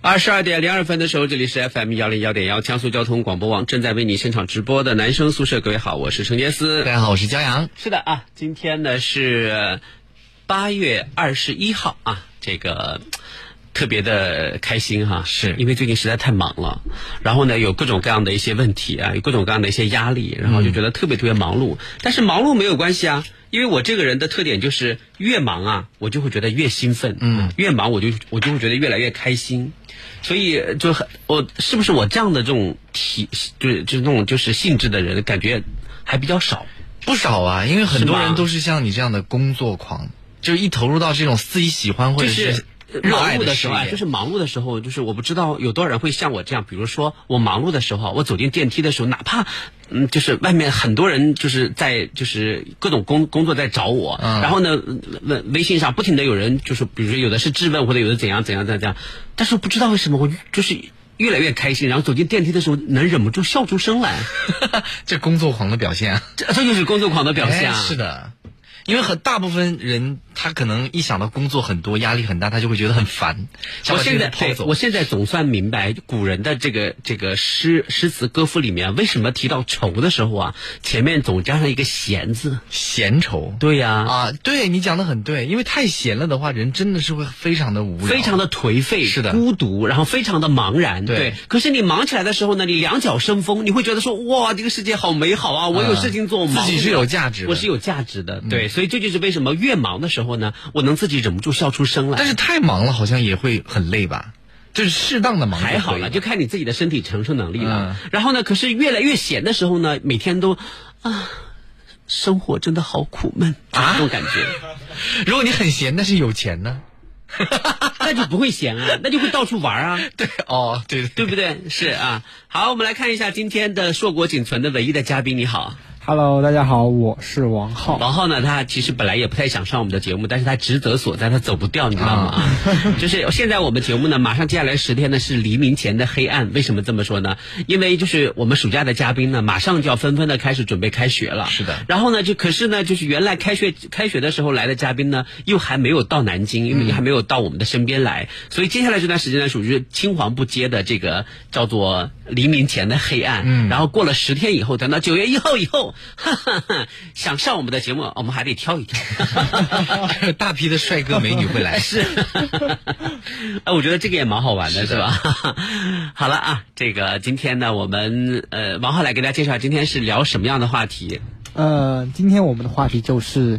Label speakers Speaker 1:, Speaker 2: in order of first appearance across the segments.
Speaker 1: 二十二点零二分的时候，这里是 FM 幺零幺点幺江苏交通广播网正在为你现场直播的男生宿舍，各位好，我是程杰思。
Speaker 2: 大家好，我是骄阳。
Speaker 1: 是的啊，今天呢是呃八月二十一号啊，这个。特别的开心哈、啊，
Speaker 2: 是
Speaker 1: 因为最近实在太忙了，然后呢有各种各样的一些问题啊，有各种各样的一些压力，然后就觉得特别特别忙碌。嗯、但是忙碌没有关系啊，因为我这个人的特点就是越忙啊，我就会觉得越兴奋，嗯，越忙我就我就会觉得越来越开心，所以呃就很我是不是我这样的这种体就是就是那种就是性质的人，感觉还比较少，
Speaker 2: 不少啊，因为很多人都是像你这样的工作狂，就是一投入到这种自己喜欢或者
Speaker 1: 是。就是忙碌的时
Speaker 3: 啊
Speaker 1: 候，啊就是忙碌的时候，就是我不知道有多少人会像我这样。比如说，我忙碌的时候，我走进电梯的时候，哪怕嗯，就是外面很多人就是在就是各种工工作在找我，嗯、然后呢，微微信上不停的有人就是，比如说有的是质问，或者有的怎样怎样怎样，但是不知道为什么我就是越来越开心，然后走进电梯的时候能忍不住笑出声来，
Speaker 2: 这工作狂的表现、啊，
Speaker 1: 这这就是工作狂的表现啊！
Speaker 2: 哎、是的。因为很大部分人，他可能一想到工作很多、压力很大，他就会觉得很烦。
Speaker 1: 我现在对，我现在总算明白古人的这个这个诗诗词歌赋里面，为什么提到愁的时候啊，前面总加上一个闲字。
Speaker 2: 闲愁。
Speaker 1: 对呀、
Speaker 2: 啊。啊，对你讲的很对，因为太闲了的话，人真的是会非常的无聊，
Speaker 1: 非常的颓废，
Speaker 2: 是的，
Speaker 1: 孤独，然后非常的茫然。
Speaker 2: 对。
Speaker 1: 对可是你忙起来的时候呢，你两脚生风，你会觉得说，哇，这个世界好美好啊，我有事情做，我、嗯、
Speaker 2: 自己是有价值的，
Speaker 1: 我是有价值的，对。嗯所以这就是为什么越忙的时候呢，我能自己忍不住笑出声来。
Speaker 2: 但是太忙了，好像也会很累吧？就是适当的忙
Speaker 1: 还好了，就看你自己的身体承受能力了。嗯、然后呢，可是越来越闲的时候呢，每天都啊，生活真的好苦闷啊，这种 感觉。
Speaker 2: 如果你很闲，但是有钱呢？
Speaker 1: 那就不会闲啊，那就会到处玩啊。
Speaker 2: 对，哦，对对，
Speaker 1: 对不对？是啊。好，我们来看一下今天的硕果仅存的唯一的嘉宾，你好。
Speaker 4: Hello，大家好，我是王浩。
Speaker 1: 王浩呢，他其实本来也不太想上我们的节目，但是他职责所在，他走不掉，你知道吗？啊、 就是现在我们节目呢，马上接下来十天呢是黎明前的黑暗。为什么这么说呢？因为就是我们暑假的嘉宾呢，马上就要纷纷的开始准备开学了。
Speaker 2: 是的。
Speaker 1: 然后呢，就可是呢，就是原来开学开学的时候来的嘉宾呢，又还没有到南京，因为还没有到我们的身边来，嗯、所以接下来这段时间呢，属于青黄不接的这个叫做黎明前的黑暗。嗯。然后过了十天以后，等到九月一号以后。哈哈哈！想上我们的节目，我们还得挑 一挑。
Speaker 2: 大批的帅哥美女会来，
Speaker 1: 是。哎，我觉得这个也蛮好玩的，是,的是吧？ 好了啊，这个今天呢，我们呃，王浩来给大家介绍，今天是聊什么样的话题？
Speaker 4: 呃，今天我们的话题就是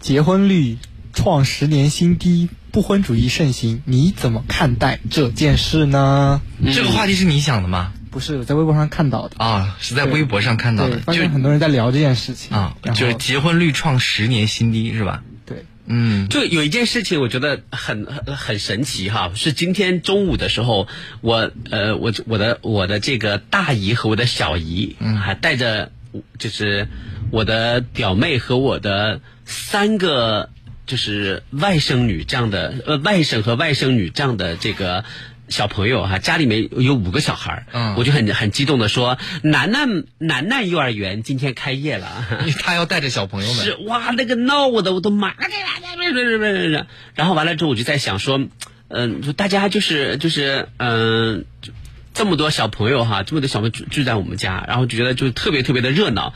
Speaker 4: 结婚率创十年新低，不婚主义盛行，你怎么看待这件事呢？
Speaker 2: 嗯、这个话题是你想的吗？
Speaker 4: 不是我在微博上看到的
Speaker 2: 啊，是在微博上看到的，
Speaker 4: 发现很多人在聊这件事情
Speaker 2: 啊，就是结婚率创十年新低，是吧？
Speaker 4: 对，
Speaker 2: 嗯，
Speaker 1: 就有一件事情我觉得很很神奇哈，是今天中午的时候，我呃我我的我的这个大姨和我的小姨，嗯，还带着就是我的表妹和我的三个就是外甥女这样的呃外甥和外甥女这样的这个。小朋友哈、啊，家里面有五个小孩儿，嗯、我就很很激动的说，楠楠楠楠幼儿园今天开业了，
Speaker 2: 他要带着小朋友们。
Speaker 1: 是哇，那个闹的我都麻的，然后完了之后我就在想说，嗯、呃，大家就是就是嗯、呃，这么多小朋友哈、啊，这么多小朋友聚在我们家，然后就觉得就特别特别的热闹，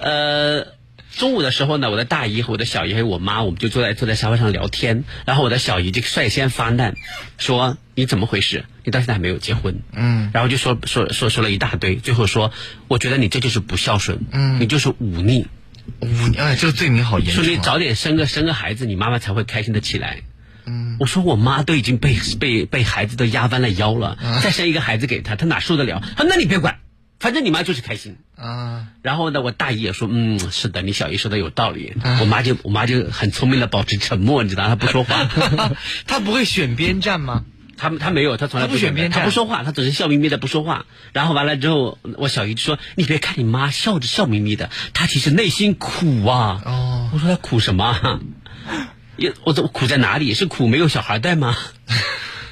Speaker 1: 呃。中午的时候呢，我的大姨和我的小姨还有我妈，我们就坐在坐在沙发上聊天。然后我的小姨就率先发难，说：“你怎么回事？你到现在还没有结婚？”
Speaker 2: 嗯，
Speaker 1: 然后就说说说说了一大堆，最后说：“我觉得你这就是不孝顺，嗯，你就是忤逆，
Speaker 2: 忤逆，哎，这个罪名好严重、啊。”
Speaker 1: 说你早点生个生个孩子，你妈妈才会开心的起来。嗯，我说我妈都已经被被被孩子都压弯了腰了，嗯、再生一个孩子给她，她哪受得了？她那你别管。反正你妈就是开心
Speaker 2: 啊，
Speaker 1: 然后呢，我大姨也说，嗯，是的，你小姨说的有道理。啊、我妈就
Speaker 2: 啊
Speaker 1: 我妈就很聪明的保持沉默，你知道，她不说话，
Speaker 2: 她不会选边站吗？
Speaker 1: 他他没有，他从来
Speaker 2: 他不选边
Speaker 1: 他
Speaker 2: 站
Speaker 1: 不说话，他只是笑眯眯的不说话。然后完了之后，我小姨就说：“你别看你妈笑着笑眯眯的，她其实内心苦啊。”
Speaker 2: 哦，
Speaker 1: 我说她苦什么啊？也我都苦在哪里？是苦没有小孩 带吗？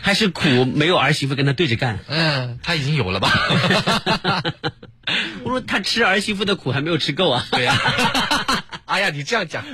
Speaker 1: 还是苦没有儿媳妇跟她对着干？
Speaker 2: 嗯，他已经有了吧？
Speaker 1: 我说她吃儿媳妇的苦还没有吃够啊。
Speaker 2: 对呀、 哎呀，你这样讲，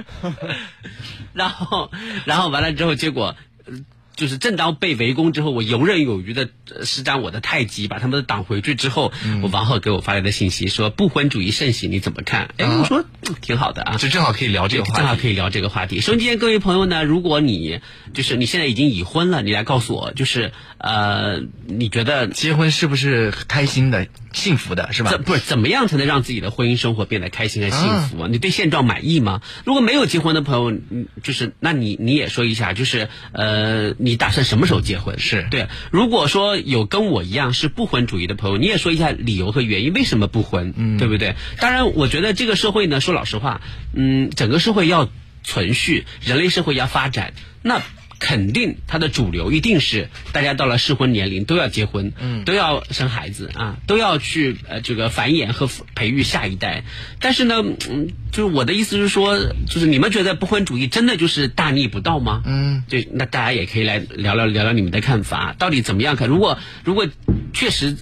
Speaker 1: 然后，然后完了之后，结果呃就是正当被围攻之后，我游刃有余的施展我的太极，把他们挡回去之后，
Speaker 2: 嗯
Speaker 1: 我王浩给我发来的信息说不婚主义盛行，你怎么看？哎，我说嗯挺好的啊。
Speaker 2: 就正好可以聊这个
Speaker 1: 正
Speaker 2: 话
Speaker 1: 好
Speaker 2: 题。
Speaker 1: 可以聊这个话题。收音机前各位朋友呢，如果你就是你现在已经已婚了，你来告诉我，就是呃，你觉得
Speaker 2: 结婚是不是开心的、幸福的，是吧？
Speaker 1: 怎不是怎么样才能让自己的婚姻生活变得开心和幸福啊？你对现状满意吗？如果没有结婚的朋友，嗯就是那你你也说一下，就是呃，你打算什么时候结婚？
Speaker 2: 是
Speaker 1: 对。如果说有跟我一样是不婚主义的朋友，你也说一下理由和原因，为什么不婚？嗯，对不对？当然，我觉得这个社会呢，说老实话，嗯，整个社会要存续，人类社会要发展，那。肯定，它的主流一定是大家到了适婚年龄都要结婚，嗯，都要生孩子啊，都要去呃这个繁衍和培育下一代。但是呢，嗯，就是我的意思是说，就是你们觉得不婚主义真的就是大逆不道吗？嗯，对，那大家也可以来聊聊聊聊你们的看法，到底怎么样看？如果如果确实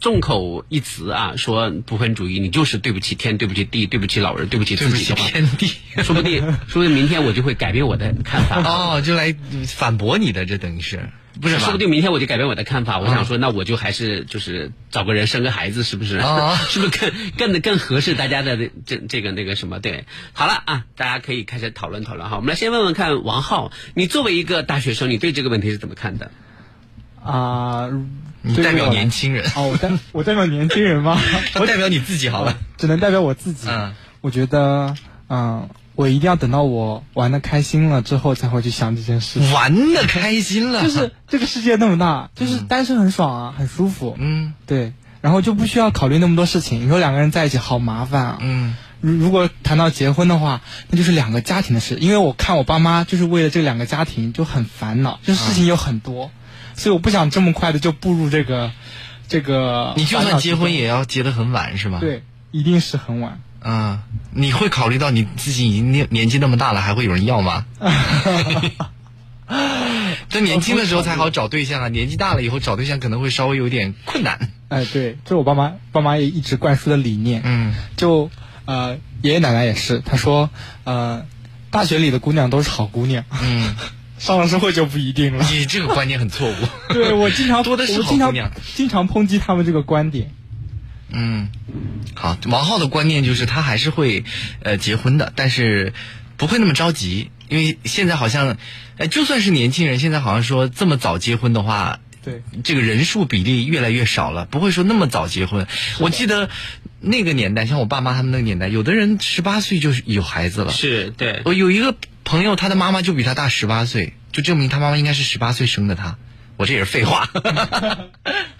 Speaker 1: 众口一词啊，说不婚主义，你就是对不起天，对不起地，对不起老人，对不起
Speaker 2: 对
Speaker 1: 自
Speaker 2: 不
Speaker 1: 己
Speaker 2: 起
Speaker 1: 的话，
Speaker 2: 天地。
Speaker 1: 说不定说不定明天我就会改变我的看 法。
Speaker 2: 哦，就来嗯反驳你的，这等于是不是吧？啊
Speaker 1: 说不定明天我就改变我的看法。我想说，那我就还是就是找个人生个孩子，是不是？
Speaker 2: 啊
Speaker 1: 是不是更更更合适大家的这这个那个什么？对，好了啊，大家可以开始讨论讨论哈。我们来先问问看王浩，你作为一个大学生，你对这个问题是怎么看的？
Speaker 4: 啊、
Speaker 2: 你代表年轻人，
Speaker 4: 哦，我代我代表年轻 人吗？我
Speaker 2: 代表你自己好了。
Speaker 4: 只能代表我自己。
Speaker 2: 嗯
Speaker 4: 我觉得，嗯、我一定要等到我玩的开心了之后才会去想这件事情。
Speaker 2: 嗯玩的开心了，
Speaker 4: 就是这个世界那么大，就是单身很爽啊，很舒服。
Speaker 2: 嗯
Speaker 4: 对，然后就不需要考虑那么多事情。你说两个人在一起好麻烦啊。
Speaker 2: 嗯，
Speaker 4: 如如果谈到结婚的话，那就是两个家庭的事。因为我看我爸妈就是为了这两个家庭就很烦恼，就是事情有很
Speaker 2: 嗯
Speaker 4: 多，所以我不想这么快的就步入这个这个。
Speaker 2: 你就算结婚，也要结得很晚是吧？，
Speaker 4: 对，一定是很晚。
Speaker 2: 嗯，你会考虑到你自己已经年年纪那么大了，还会有人要 吗？这年轻的时候才好找对象啊，年纪大了以后找对象可能会稍微有点困难。
Speaker 4: 哎，对，这是我爸妈爸妈也一直灌输的理念。
Speaker 2: 嗯，
Speaker 4: 就呃，爷爷奶奶也是，他说呃，大学里的姑娘都是好姑娘，
Speaker 2: 嗯，
Speaker 4: 上了社会就不一定了。
Speaker 2: 你这个观念很错误。
Speaker 4: 对我经常
Speaker 2: 多的是
Speaker 4: 我
Speaker 2: 好
Speaker 4: 经常
Speaker 2: 姑娘
Speaker 4: 经常抨击他们这个观点。
Speaker 2: 嗯，好，王浩的观念就是他还是会呃结婚的，但是不会那么着急，因为现在好像，呃，就算是年轻人，现在好像说这么早结婚的话，
Speaker 4: 对，
Speaker 2: 这个人数比例越来越少了，不会说那么早结婚。我记得那个年代，像我爸妈他们那个年代，有的人十八岁就是有孩子了。
Speaker 1: 是对，
Speaker 2: 我有一个朋友，他的妈妈就比他大十八岁，就证明他妈妈应该是十八岁生的他。我这也是废话。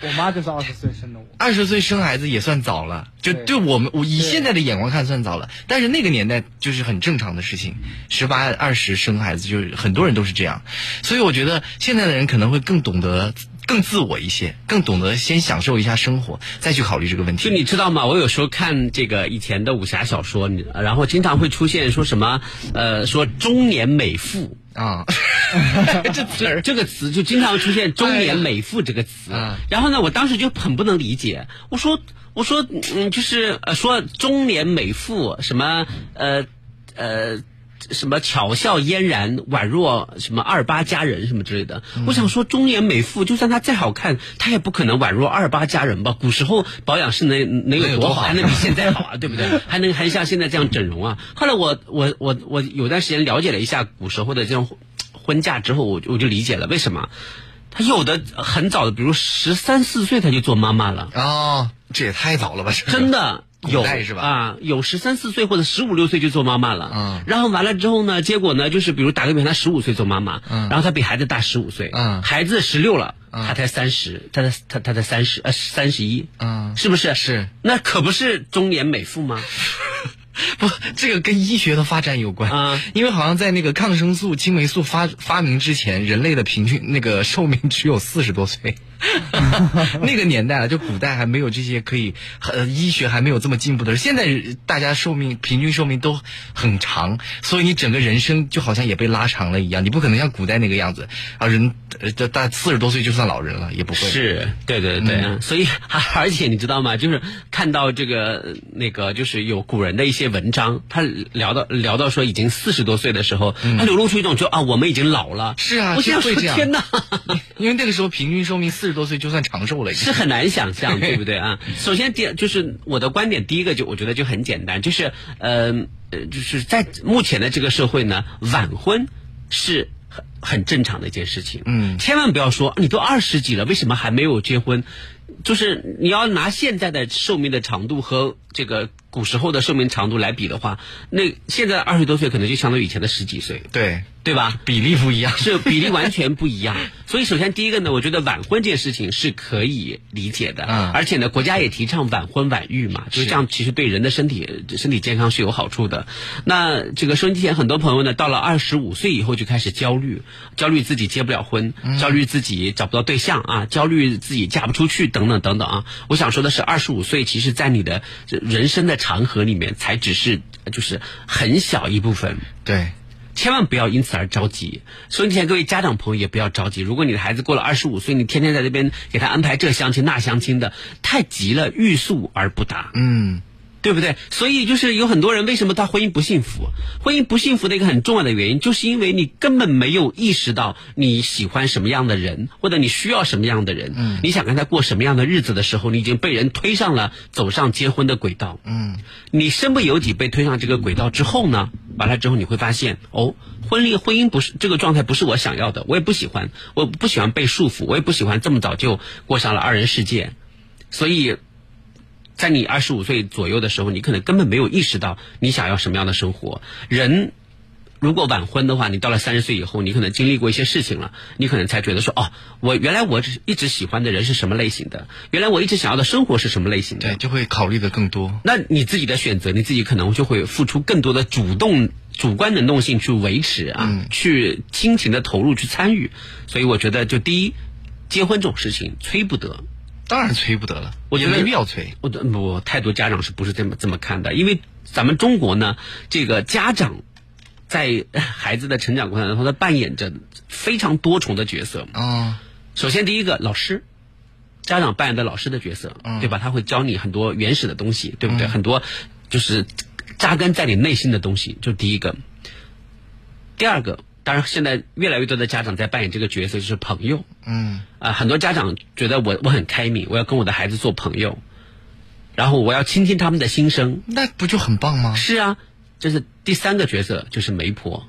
Speaker 4: 我妈就是二十岁生的我。
Speaker 2: 二十岁生孩子也算早了，就
Speaker 4: 对
Speaker 2: 对我们我以
Speaker 4: 对
Speaker 2: 现在的眼光看算早了，但是那个年代就是很正常的事情，十八二十生孩子就是很多人都是这样，所以我觉得现在的人可能会更懂得更自我一些，更懂得先享受一下生活，再去考虑这个问
Speaker 1: 就
Speaker 2: 题。
Speaker 1: 你知道吗？我有时候看这个以前的武侠小说，你然后经常会出现说什么呃，说中年美妇。
Speaker 2: 啊，
Speaker 1: 这词儿，哎啊这个词就经常出现“中年美妇”这个词
Speaker 2: 哎呀。
Speaker 1: 然后呢，我当时就很不能理解，我说，我说，嗯，就是呃，说中年美妇什么，呃，呃。什么巧笑嫣然，宛若什么二八佳人什么之类的。我想说，中年美妇就算她再好看，她也不可能宛若二八佳人吧？古时候保养是能能
Speaker 2: 能有
Speaker 1: 有
Speaker 2: 多
Speaker 1: 多
Speaker 2: 好
Speaker 1: 好，还能比现在好啊，对 不对？还能还像现在这样整容啊？后来我我我我有段时间了解了一下古时候的这种婚嫁之后，我就我就理解了为什么。他有的很早的，比如十三四岁他就做妈妈了，
Speaker 2: 哦，这也太早了吧？这个
Speaker 1: 真的有
Speaker 2: 古代是吧
Speaker 1: 啊，有十三四岁或者十五六岁就做妈妈了。
Speaker 2: 嗯
Speaker 1: 然后完了之后呢，结果呢，就是比如打个比方，他十五岁做妈妈，
Speaker 2: 嗯
Speaker 1: 然后他比孩子大十五岁，
Speaker 2: 嗯
Speaker 1: 孩子十六了，他才三十，他才他他才三十呃三十一，
Speaker 2: 嗯
Speaker 1: 是不是？
Speaker 2: 是，
Speaker 1: 那可不是中年美妇吗？
Speaker 2: 不， 这个跟医学的发展有关
Speaker 1: 啊
Speaker 2: 因为好像在那个抗生素、青霉素发发明之前，人类的平均那个寿命只有四十多 岁。那个年代了，就古代还没有这些可以，呃，医学还没有这么进步的时候。现在人大家寿命平均寿命都很长，所以你整个人生就好像也被拉长了一样。你不可能像古代那个样子啊，人呃，大四十多岁就算老人了，也不会。
Speaker 1: 是，对对对，嗯所以 而而且你知道吗？就是看到这个那个，就是有古人的一些文章，他聊到聊到说已经四十多岁的时候，他流露出一种就啊我们已经老了，
Speaker 2: 嗯是啊，
Speaker 1: 我想
Speaker 2: 就
Speaker 1: 说
Speaker 2: 会这样。
Speaker 1: 天哪，
Speaker 2: 因为那个时候平均寿命四十多岁就算长寿了，已经
Speaker 1: 是很难想象，对不对啊？ 首先第就是我的观点，第一个就我觉得就很简单，就是嗯呃就是在目前的这个社会呢，晚婚是。很很正常的一件事情，
Speaker 2: 嗯
Speaker 1: 千万不要说啊你都二十几了，为什么还没有结婚？就是你要拿现在的寿命的长度和这个古时候的寿命长度来比的话，那现在二十多岁可能就相当于以前的十几岁，
Speaker 2: 对
Speaker 1: 对吧？
Speaker 2: 比例不一样。
Speaker 1: 是比例完全不一样。所以首先第一个呢，我觉得晚婚这件事情是可以理解的，
Speaker 2: 嗯
Speaker 1: 而且呢，国家也提倡晚婚晚育嘛，就是
Speaker 2: 是
Speaker 1: 这样，其实对人的身体身体健康是有好处的。那这个收音机前很多朋友呢，到了二十五岁以后就开始焦虑，焦虑自己结不了婚，焦虑自己找不到对象啊，焦虑自己嫁不出去等等等等啊。我想说的是，二十五岁其实在你的人生的长河里面，才只是就是很小一部分。
Speaker 2: 对，
Speaker 1: 千万不要因此而着急。所以，现在各位家长朋友也不要着急。如果你的孩子过了二十五岁，你天天在这边给他安排这相亲那相亲的，太急了，欲速而不达。
Speaker 2: 嗯，
Speaker 1: 对不对？所以就是有很多人为什么他婚姻不幸福？婚姻不幸福的一个很重要的原因，就是因为你根本没有意识到你喜欢什么样的人，或者你需要什么样的人。嗯，你想跟他过什么样的日子的时候，你已经被人推上了走上结婚的轨道。嗯，你身不由己被推上这个轨道之后呢，完了之后你会发现，哦，婚恋婚姻不是这个状态，不是我想要的，我也不喜欢，我不喜欢被束缚，我也不喜欢这么早就过上了二人世界，所以。在你二十五岁左右的时候，你可能根本没有意识到你想要什么样的生活。人如果晚婚的话，你到了三十岁以后，你可能经历过一些事情了，你可能才觉得说，哦，我原来我只一直喜欢的人是什么类型的，原来我一直想要的生活是什么类型的
Speaker 2: 对，。就会考虑的更多。
Speaker 1: 那你自己的选择，你自己可能就会付出更多的主动、主观能动性去维持啊，去亲情的投入、去参与。所以我觉得，就第一，结婚这种事情催不得，
Speaker 2: 当然催不得了，
Speaker 1: 我觉得
Speaker 2: 也没必要催。
Speaker 1: 我我太多家长是不是这么这么看的？因为咱们中国呢，这个家长在孩子的成长过程当中，他扮演着非常多重的角色。
Speaker 2: 啊、
Speaker 1: 首先，第一个老师，家长扮演的老师的角色，对吧？他会教你很多原始的东西，对不对？很多就是扎根在你内心的东西，这是第一个。第二个，当然现在越来越多的家长在扮演这个角色，就是朋友。
Speaker 2: 嗯，
Speaker 1: 啊、很多家长觉得我我很开明，我要跟我的孩子做朋友，然后我要倾听他们的心声。
Speaker 2: 那不就很棒 吗？
Speaker 1: 是啊，这是第三个角色，就是媒婆，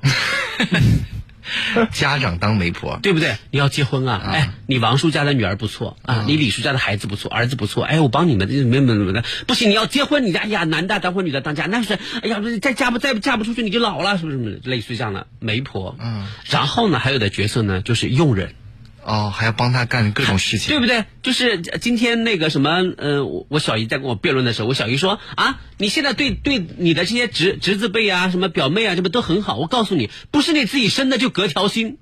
Speaker 2: 家长当媒婆，
Speaker 1: 对不对？你要结婚啊，哎，你王叔家的女儿不错啊，你李叔家的孩子不错，儿子不错，哎，我帮你们，怎么怎么怎么的，不行，你要结婚，你哎呀，男大当婚，女大当嫁，那是，哎呀，再嫁不再嫁不出去你就老了，什么什么的，类似于这样的媒婆。
Speaker 2: 嗯，
Speaker 1: 然后呢，还有的角色呢，就是佣人。
Speaker 2: 哦，还要帮他干各种事
Speaker 1: 对
Speaker 2: 情。
Speaker 1: 不对？就是呃今天那个什么，呃，我我小姨在跟我辩论的时候，我小姨说啊，你现在对对你的这些侄侄子辈啊、什么表妹啊，这不都很好？我告诉你，不是你自己生的就隔条心。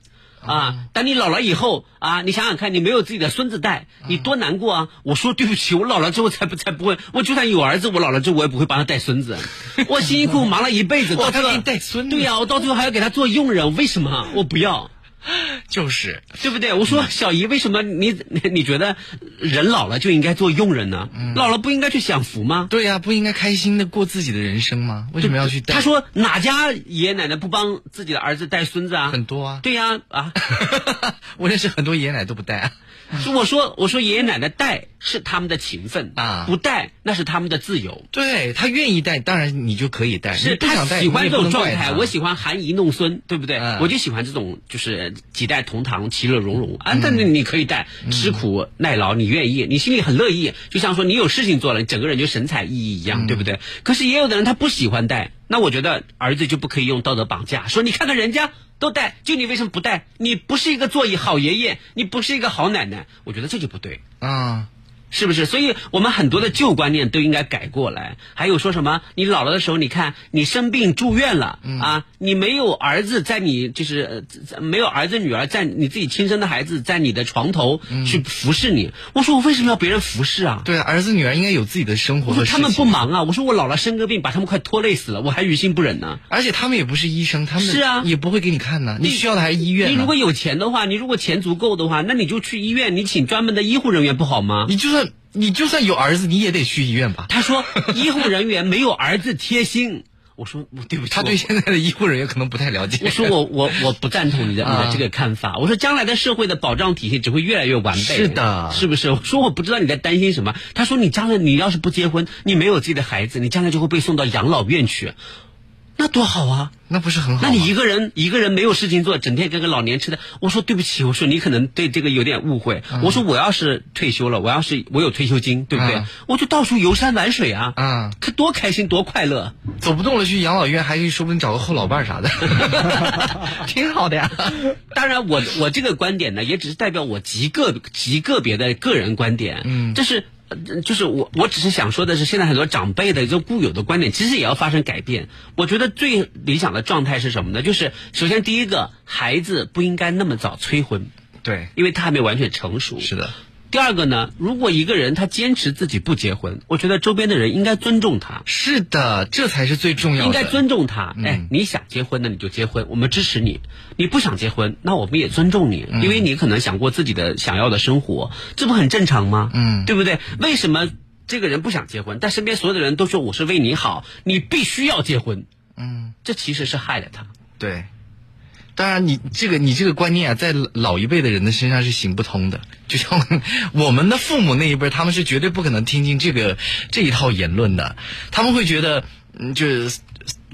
Speaker 2: 哦
Speaker 1: 啊！等你老了以后啊，你想想看，你没有自己的孙子带，
Speaker 2: 嗯
Speaker 1: 你多难过啊！我说对不起，我老了之后才不才不会，我就算有儿子，我老了之后我也不会帮他带 孙子，我辛辛苦苦忙了一辈子，
Speaker 2: 哇
Speaker 1: 到最后
Speaker 2: 他给你带孙子
Speaker 1: 对呀、我到最后还要给他做佣人，为什么？我不要。
Speaker 2: 就是，
Speaker 1: 对不对？我
Speaker 2: 嗯
Speaker 1: 说小姨，为什么你你你觉得人老了就应该做佣人呢？
Speaker 2: 嗯
Speaker 1: 老了不应该去享福吗？
Speaker 2: 对呀、不应该开心的过自己的人生吗？为什么要去带？
Speaker 1: 他说哪家爷爷奶奶不帮自己的儿子带孙子啊？
Speaker 2: 很多啊，
Speaker 1: 对呀啊！
Speaker 2: 我认识很多爷爷奶奶都不带、啊。
Speaker 1: 是我说我说爷爷奶奶带是他们的情分
Speaker 2: 啊
Speaker 1: 不带那是他们的自由。
Speaker 2: 对他愿意带，当然你就可以带。
Speaker 1: 是
Speaker 2: 你不想带，
Speaker 1: 喜欢这种状
Speaker 2: 你也不能
Speaker 1: 态，
Speaker 2: 怪他
Speaker 1: 我喜欢含饴弄孙，对不对？
Speaker 2: 嗯
Speaker 1: 我就喜欢这种，就是几代同堂，其乐融融。啊，但是
Speaker 2: 嗯
Speaker 1: 你可以带，吃苦耐劳，你愿意，你心里很乐意。就像说你有事情做了，你整个人就神采奕奕一
Speaker 2: 嗯
Speaker 1: 样，对不对？可是也有的人他不喜欢带，那我觉得儿子就不可以用道德绑架，说你看看人家。都带，就你为什么不带？你不是一个做好爷爷，你不是一个好奶奶，我觉得这就不对。
Speaker 2: 啊、
Speaker 1: 是不是？所以我们很多的旧观念都应该改过来。还有说什么，你老了的时候，你看你生病住院了、
Speaker 2: 嗯
Speaker 1: 啊，你没有儿子在你就是呃没有儿子女儿在你自己亲生的孩子在你的床头
Speaker 2: 嗯
Speaker 1: 去服侍你。我说我为什么要别人服侍啊？
Speaker 2: 对啊，儿子女儿应该有自己的生活
Speaker 1: 我
Speaker 2: 和
Speaker 1: 说
Speaker 2: 事
Speaker 1: 他们不
Speaker 2: 情，
Speaker 1: 忙啊，我说我老了生个病，把他们快拖累死了，我还于心不忍呢。
Speaker 2: 而且他们也不是医生，他们
Speaker 1: 是啊
Speaker 2: 也不会给你看呢。你需要的还是医院
Speaker 1: 你
Speaker 2: 呢。
Speaker 1: 如果有钱的话，你如果钱足够的话，那你就去医院，你请专门的医护人员不 好吗？
Speaker 2: 你就算你就算有儿子，你也得去医院 吧。
Speaker 1: 他说医护人员没有儿子贴心，我说我对不起，
Speaker 2: 他
Speaker 1: 我
Speaker 2: 对现在的医护人员可能不太了解。
Speaker 1: 我说我我我不赞同你的
Speaker 2: 啊
Speaker 1: 你的这个看法。我说将来的社会的保障体系只会越来越完备。
Speaker 2: 是的
Speaker 1: 是不是？我说我不知道你在担心什么。他说你将来你要是不结婚，你没有自己的孩子，你将来就会被送到养老院去，那多好啊！
Speaker 2: 那不是很好吗？
Speaker 1: 那你一个人一个人没有事情做，整天跟个老年痴呆，我说对不起，我说你可能对这个有点误会。
Speaker 2: 嗯
Speaker 1: 我说我要是退休了，我要是我有退休金，对不对？
Speaker 2: 嗯
Speaker 1: 我就到处游山玩水啊，
Speaker 2: 嗯
Speaker 1: 可多开心多快乐。
Speaker 2: 走不动了，去养老院还可以说不定找个后老伴儿啥的， 挺好 的呀。
Speaker 1: 当然我，我这个观点呢，也只是代表我极个极个别的个人观点。
Speaker 2: 嗯
Speaker 1: 这是呃就是我我只是想说的是，现在很多长辈的这固有的观点，其实也要发生改变。我觉得最理想的状态是什么呢？就是首先第一个，孩子不应该那么早催婚，
Speaker 2: 对，
Speaker 1: 因为他还没完全成 熟。
Speaker 2: 是的，
Speaker 1: 第二个呢，如果一个人他坚持自己不结婚，我觉得周边的人应该尊重他。
Speaker 2: 是的，这才是最重要的。嗯
Speaker 1: 应该尊重他。哎，你想结婚，那你就结婚，我们支持你；你不想结婚，那我们也尊重
Speaker 2: 嗯
Speaker 1: 你，因为你可能想过自己的想要的生活，这不很正常吗？
Speaker 2: 嗯
Speaker 1: 对不对？为什么这个人不想结婚，但身边所有的人都说我是为你好，你必须要结婚？
Speaker 2: 嗯，
Speaker 1: 这其实是害了他。
Speaker 2: 对。当然你，这个你这个观念啊，在老一辈的人的身上是行不通的。就像 我们的父母那一辈儿，他们是绝对不可能听进这个这一套言论的。他们会觉得，嗯，就是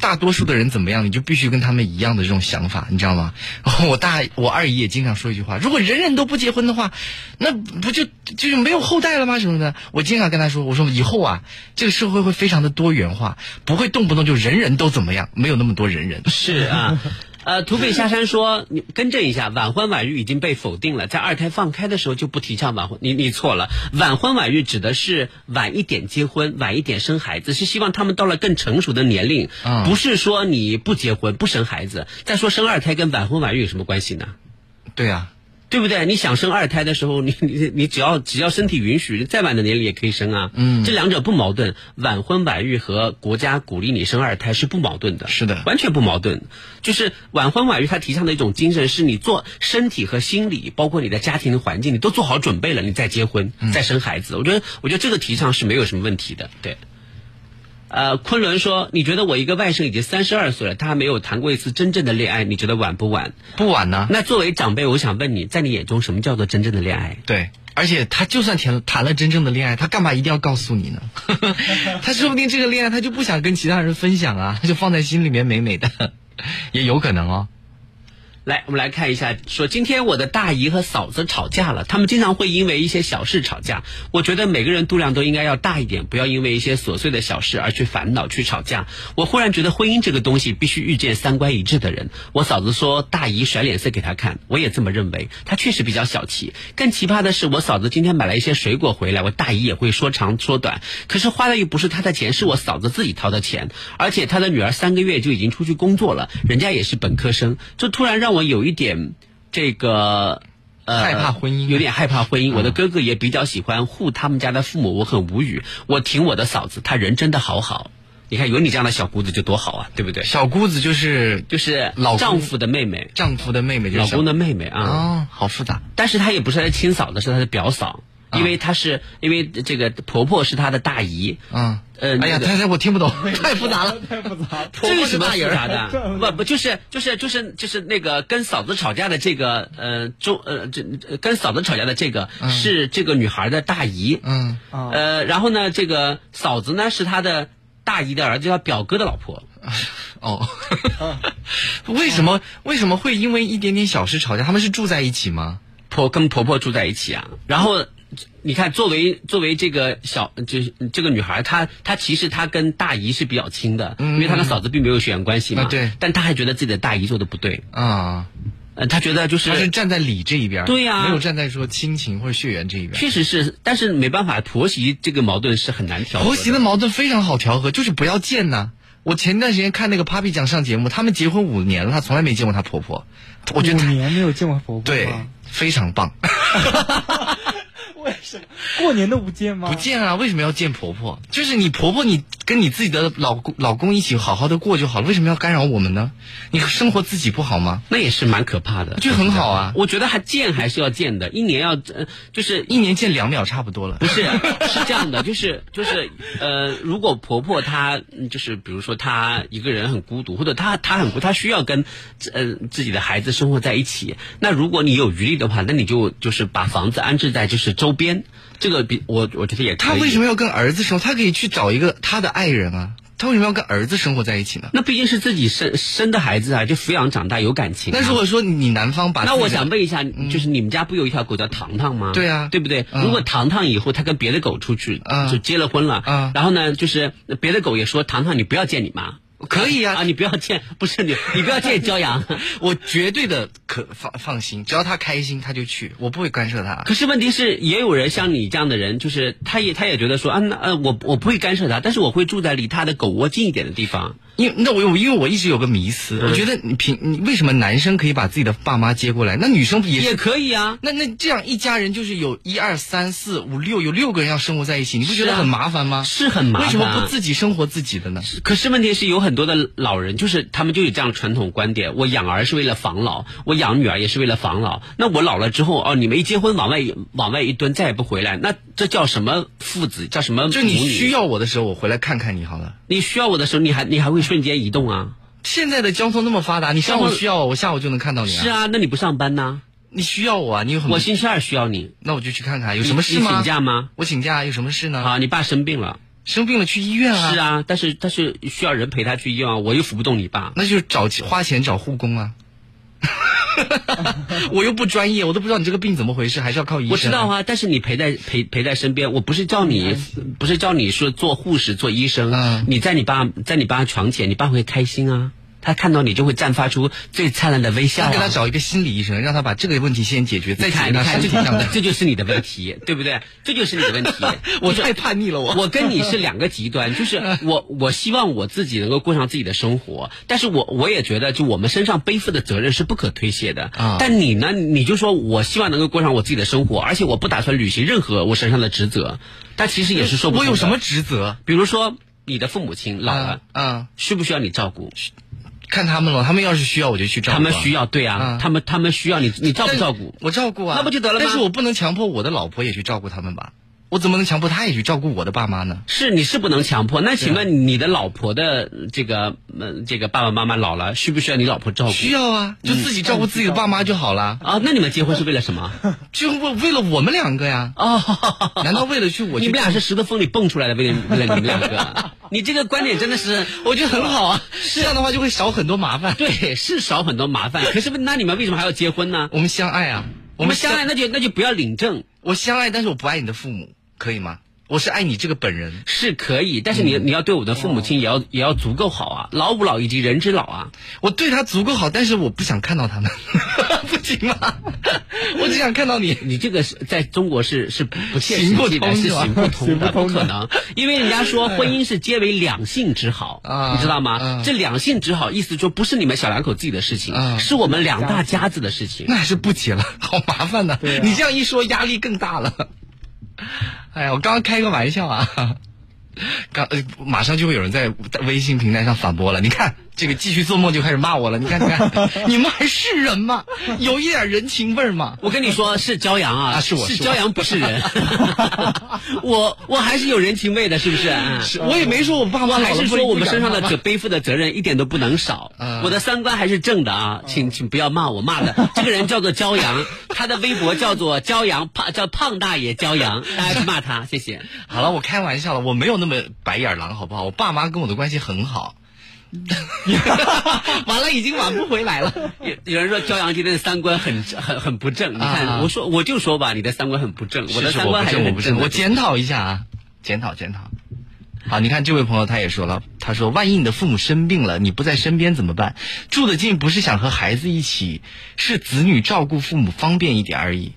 Speaker 2: 大多数的人怎么样，你就必须跟他们一样的这种想法，你知道吗？ 我大我二姨也经常说一句话：如果人人都不结婚的话，那不就就是没有后代了吗？什么的。我经常跟他说，我说以后啊，这个社会会非常的多元化，不会动不动就人人都怎么样，没有那么多人人。
Speaker 1: 是啊。呃，土匪下山说，你更正一下，晚婚晚育已经被否定了，在二胎放开的时候就不提倡晚婚，你你错了，晚婚晚育指的是晚一点结婚，晚一点生孩子，是希望他们到了更成熟的年龄，
Speaker 2: 啊
Speaker 1: 不是说你不结婚不生孩子。再说生二胎跟晚婚晚育有什么关系呢？
Speaker 2: 对啊，
Speaker 1: 对不对？你想生二胎的时候，你你你只要只要身体允许，再晚的年龄也可以生啊。嗯，这两者不矛盾。晚婚晚育和国家鼓励你生二胎是不矛盾的。
Speaker 2: 是的
Speaker 1: 完全不矛盾。就是晚婚晚育，它提倡的一种精神是你做身体和心理，包括你的家庭环境，你都做好准备了，你再结婚、
Speaker 2: 嗯
Speaker 1: 再生孩子。我觉得，我觉得这个提倡是没有什么问题的。对。呃，昆仑说：“你觉得我一个外甥已经三十二岁了，他还没有谈过一次真正的恋爱，你觉得晚不晚？”
Speaker 2: 不晚呢。
Speaker 1: 那作为长辈，我想问你，在你眼中什么叫做真正的恋爱？
Speaker 2: 对，而且他就算谈谈了真正的恋爱，他干嘛一定要告诉 你呢？他说不定这个恋爱他就不想跟其他人分享啊， 他就放在心里面美美的， 也有可能哦。
Speaker 1: 来，我们来看一下，说今天我的大姨和嫂子吵架了，他们经常会因为一些小事吵架。我觉得每个人度量都应该要大一点，不要因为一些琐碎的小事而去烦恼、去吵架。我忽然觉得婚姻这个东西必须遇见三观一致的人。我嫂子说大姨甩脸色给她看，我也这么认为。她确实比较小气。更奇葩的是，我嫂子今天买了一些水果回来，我大姨也会说长说短，可是花的又不是她的钱，是我嫂子自己掏的钱，而且她的女儿三个月就已经出去工作了，人家也是本科生，这突然让我有一点这个。呃，
Speaker 2: 害怕婚姻啊嗯
Speaker 1: 有点害怕婚姻。我的哥哥也比较喜欢护他们家的父母，我很无语。我挺我的嫂子，她人真的好好。你看有你这样的小姑子就多好啊，对不对？
Speaker 2: 小姑子就是
Speaker 1: 就是
Speaker 2: 老公
Speaker 1: 丈夫的妹妹，
Speaker 2: 丈夫的妹妹，就是
Speaker 1: 老
Speaker 2: 小
Speaker 1: 公的妹妹啊。
Speaker 2: 哦，好复杂。
Speaker 1: 但是她也不是她的亲嫂子，是她的表嫂，
Speaker 2: 啊
Speaker 1: 因为她是、因为这个婆婆是她的大姨。
Speaker 2: 嗯，
Speaker 1: 呃
Speaker 2: 哎呀，
Speaker 1: 那个
Speaker 2: 太太我听不 懂， 太复杂了。
Speaker 4: 太复杂了。
Speaker 1: 这有什么复杂
Speaker 4: 这样
Speaker 1: 的？ 不不，就是就是就是就是那个跟嫂子吵架的这个呃中呃这呃跟嫂子吵架的这个、是这个女孩的大姨，
Speaker 2: 嗯，
Speaker 4: 啊
Speaker 1: 呃，然后呢，这个嫂子呢是她的大姨的儿子，叫表哥的老婆。
Speaker 2: 哦，
Speaker 1: 啊
Speaker 2: 为什么为什么会因为一点点小事吵架？他们是住在一起吗？
Speaker 1: 婆跟婆婆住在一起啊。然后你看，作为作为这个小就是这个女孩，她她其实她跟大姨是比较亲的，因为她跟嫂子并没有血缘关系嘛。
Speaker 2: 嗯啊对
Speaker 1: 但她还觉得自己的大姨做的不对，
Speaker 2: 啊、
Speaker 1: 呃，他觉得就是
Speaker 2: 他是站在理这一边儿，
Speaker 1: 对呀
Speaker 2: 没有站在说亲情或者血缘这一边儿。
Speaker 1: 确实是，但是没办法，婆媳这个矛盾是很难调和的。
Speaker 2: 婆媳的矛盾非常好调和，就是不要见呐、我前段时间看那个 Papi 酱上节目，他们结婚五年了，她从来没见过她婆婆，我觉得
Speaker 4: 五
Speaker 2: 她
Speaker 4: 年没有见过婆婆，
Speaker 2: 对非常棒。
Speaker 4: 为什么过年都不见 吗？
Speaker 2: 不见啊，为什么要见婆婆？就是你婆婆，你跟你自己的老公老公一起好好的过就好了，为什么要干扰我们呢？你生活自己不好吗？
Speaker 1: 那也是蛮可怕的，
Speaker 2: 就很好啊
Speaker 1: 我觉得还见还是要见的，一年要呃就是
Speaker 2: 一年见两秒差不多了
Speaker 1: 不。是，是这样的，就是就是呃，如果婆婆她嗯就是比如说她一个人很孤独，或者她她很孤，她需要跟呃自己的孩子生活在一起。那如果你有余力的话，那你就就是把房子安置在就是周边，这个比我我觉得也可以。
Speaker 2: 她为什么要跟儿子生活？她可以去找一个她的爱人啊，她为什么要跟儿子生活在一起呢？
Speaker 1: 那毕竟是自己生生的孩子啊，就抚养长大有感情啊、
Speaker 2: 那如果说你男方把
Speaker 1: 那
Speaker 2: 自
Speaker 1: 我
Speaker 2: 己啊的嗯
Speaker 1: 想问一下，就是你们家不有一条狗叫糖糖吗？
Speaker 2: 对啊
Speaker 1: 对不对？
Speaker 2: 嗯
Speaker 1: 如果糖糖以后它跟别的狗出去，
Speaker 2: 嗯
Speaker 1: 就结了婚了，
Speaker 2: 嗯
Speaker 1: 然后呢，就是别的狗也说糖糖你不要见你妈。
Speaker 2: 可以啊
Speaker 1: 啊，你不要见， 不是你，你不要见骄阳。
Speaker 2: 我绝对的可放放心，只要他开心，他就去，我不会干涉他。
Speaker 1: 可是问题是，也有人像你这样的人，就是他也他也觉得说，啊，那呃，我我不会干涉他，但是我会住在离他的狗窝近一点的地方。
Speaker 2: 因为那我有，因为我一直有个迷思，我觉得你凭你为什么男生可以把自己的爸妈接过来，那女生也
Speaker 1: 也
Speaker 2: 是？
Speaker 1: 可以啊。
Speaker 2: 那那这样一家人就是有一二三四五六，有六个人要生活在一起，你不觉
Speaker 1: 是
Speaker 2: 得
Speaker 1: 啊
Speaker 2: 很麻烦吗？啊
Speaker 1: 是很麻烦
Speaker 2: 为
Speaker 1: 啊
Speaker 2: 什么不自己生活自己的呢？
Speaker 1: 可是问题是有很多的老人，就是他们就有这样传统观点：我养儿是为了防老，我养女儿也是为了防老。那我老了之后，哦，你们一结婚往外一往外一蹲，再也不回来，那这叫什么父子？叫什么母女？
Speaker 2: 就你需要我的时候，我回来看看你好了。
Speaker 1: 你需要我的时候，你还你还会瞬间移动啊？
Speaker 2: 现在的交通那么发达，你上午需要我，我下午就能看到你啊。
Speaker 1: 是，啊，那你不上班呢？
Speaker 2: 你需要我啊，你有很
Speaker 1: 我星期二需要你
Speaker 2: 那我就去看看有什么事
Speaker 1: 你
Speaker 2: 吗？
Speaker 1: 请假吗？
Speaker 2: 我请假有什么事呢？
Speaker 1: 啊，你爸生病了。
Speaker 2: 生病了去医院啊。
Speaker 1: 是啊，但是但是需要人陪他去医院啊，我又扶不动你爸。
Speaker 2: 那就是找钱花钱找护工啊。 我又不专业，我都不知道你这个病怎么回事，还是要靠医生、
Speaker 1: 我知道，啊，但是你陪在陪陪在身边，我不是叫你，不是叫你说做护士、做医生，
Speaker 2: 哦嗯
Speaker 1: 你在你爸在你爸床前，你爸会开心啊，他看到你就会绽发出最灿烂的微笑、
Speaker 2: 那
Speaker 1: 啊。
Speaker 2: 给他找一个心理医生，让他把这个问题先解决，再
Speaker 1: 你
Speaker 2: 解
Speaker 1: 看，
Speaker 2: 决
Speaker 1: 你
Speaker 2: 他
Speaker 1: 看，
Speaker 2: 身体上的。。
Speaker 1: 这就是你的问题，对不对？这就是你的问题
Speaker 2: 我
Speaker 1: 就是
Speaker 2: 太叛逆了我
Speaker 1: 我跟你是两个极端， 就是我，我希望我自己能够过上自己的生活，但是我我也觉得，就我们身上背负的责任是不可推卸的。
Speaker 2: 啊
Speaker 1: 但你呢？你就说我希望能够过上我自己的生活，而且我不打算履行任何我身上的职责。但其实也是说不
Speaker 2: 我
Speaker 1: 通的
Speaker 2: 有什么？职责？
Speaker 1: 比如说你的父母亲老了
Speaker 2: 啊，啊，
Speaker 1: 需不需要你照顾？
Speaker 2: 看他们了，他们要是需要我就去照顾啊。
Speaker 1: 他们需要，对啊
Speaker 2: 啊，
Speaker 1: 他们他们需要你，你照
Speaker 2: 但
Speaker 1: 不照顾？
Speaker 2: 我照顾啊，
Speaker 1: 那不就得了吗
Speaker 2: 但是我不能强迫我的老婆也去照顾他们吧？我怎么能强迫她也去照顾我的爸妈呢？
Speaker 1: 是，你是不能强迫。那请问你的老婆的呃这个呃这个爸爸妈妈老了，需不需要你老婆照顾？
Speaker 2: 需要啊，就自己照顾自己的爸妈就好了，
Speaker 1: 啊。那你们结婚是为了什 么？
Speaker 2: 就为为了我们两个呀？
Speaker 1: 哦，
Speaker 2: 难道为了去我
Speaker 1: 你
Speaker 2: 去
Speaker 1: 们俩是石头缝里蹦出来的，为了为了你们两 个，你这个观点真的是，我觉得很好啊。
Speaker 2: 这样的话就会少很多麻烦。
Speaker 1: 对，是少很多麻烦。可是问那你们为什么还要结婚呢？
Speaker 2: 我们相爱啊，
Speaker 1: 我们相爱，那就那就不要领证。
Speaker 2: 我相爱，但是我不爱你的父母，可以吗？我是爱你这个本人。
Speaker 1: 是可以，但是你、你要对我的父母亲也要、也要足够好啊，老吾老以及人之老啊。
Speaker 2: 我对他足够好，但是我不想看到他们， 不行吗？我只想看到你。
Speaker 1: 你这个是在中国是是不切
Speaker 2: 行
Speaker 1: 实
Speaker 2: 不
Speaker 1: 际的，
Speaker 2: 通
Speaker 1: 是
Speaker 2: 是吧
Speaker 1: 行不通的，
Speaker 4: 行不通的
Speaker 1: 可能。因为人家说婚姻是皆为两性之好，
Speaker 2: 哎啊
Speaker 1: 你知道吗？
Speaker 2: 啊
Speaker 1: 这两性之好，意思就不是你们小两口自己的事情，
Speaker 2: 啊
Speaker 1: 是我们两大家子的事情。
Speaker 2: 那还是不结了，好麻烦呐、
Speaker 4: 对啊
Speaker 2: 你这样一说，压力更大了。哎呀，我刚刚开个玩笑啊，刚、呃、马上就会有人在微信平台上反驳了。你看这个继续做梦就开始骂我了。你看，你 看，你们还是人吗？有一点人情味儿吗？
Speaker 1: 我跟你说，是骄阳啊，
Speaker 2: 啊是我是我
Speaker 1: 骄阳，不是人。 我我还是有人情味的，是不 啊是？
Speaker 2: 是我也没说我爸
Speaker 1: 我
Speaker 2: 妈老
Speaker 1: 还
Speaker 2: 了
Speaker 1: 是
Speaker 2: 不
Speaker 1: 说我们身上的
Speaker 2: 不养他
Speaker 1: 责背负的责任一点都不能少
Speaker 2: 嗯，
Speaker 1: 我的三观还是正的啊，请请不要骂我骂的，这个人叫做骄阳，他的微博叫做骄阳胖叫胖大爷骄阳，大家去骂他，谢谢。
Speaker 2: 好了，我开玩笑了，我没有那么白眼狼，好不好？我爸妈跟我的关系很好。完了，已经挽不回来了。
Speaker 1: 有有人说骄阳今天的三观很很很不正，你
Speaker 2: 啊
Speaker 1: 看我说我就说吧，你的三观很不正，我的
Speaker 2: 是是
Speaker 1: 三观还
Speaker 2: 不
Speaker 1: 是
Speaker 2: 正，我
Speaker 1: 很
Speaker 2: 不正，
Speaker 1: 的
Speaker 2: 我检讨一下啊，检讨检讨。好，你看这位朋友他也说了，他说万一你的父母生病了，你不在身边怎么办？住得近不是想和孩子一起，是子女照顾父母方便一点而已。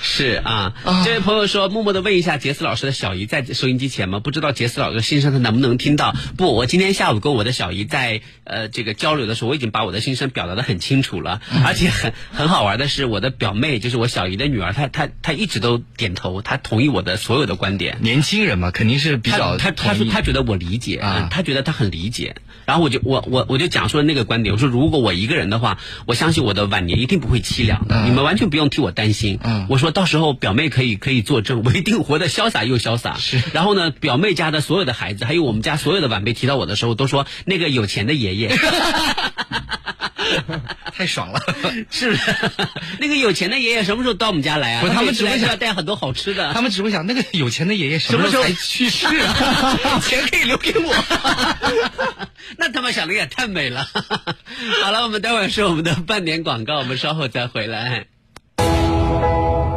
Speaker 1: 是啊，这位朋友说，默默的问一下杰斯老师的小姨在收音机前吗？不知道杰斯老师心声他能不能听到？不，我今天下午跟我的小姨在呃这个交流的时候，我已经把我的心声表达的很清楚了，而且很很好玩的是，我的表妹就是我小姨的女儿，她她她一直都点头，她同意我的所有的观点。
Speaker 2: 年轻人嘛，肯定是比较
Speaker 1: 他他他说
Speaker 2: 同意
Speaker 1: 他觉得我理解，
Speaker 2: 啊
Speaker 1: 嗯他觉得他很理解。然后我就我我我就讲述了那个观点，我说如果我一个人的话，我相信我的晚年一定不会凄凉的，你们完全不用替我担心。
Speaker 2: 嗯
Speaker 1: 我说到时候表妹可以可以作证，我一定活得潇洒又潇洒。
Speaker 2: 是
Speaker 1: 然后呢，表妹家的所有的孩子，还有我们家所有的晚辈提到我的时候，都说那个有钱的爷 爷。
Speaker 2: 太爽了。
Speaker 1: 是不是？那个有钱的爷爷什么时候到我们家来啊？
Speaker 2: 不他们
Speaker 1: 每次
Speaker 2: 只会
Speaker 1: 来
Speaker 2: 想
Speaker 1: 要带很多好吃的。
Speaker 2: 他们只会想那个有钱的爷爷什么时候才去世、啊？ 钱可以留给我。
Speaker 1: 那他妈想的也太美了。 好了，我们待会儿是我们的半年广告，我们稍后再回来。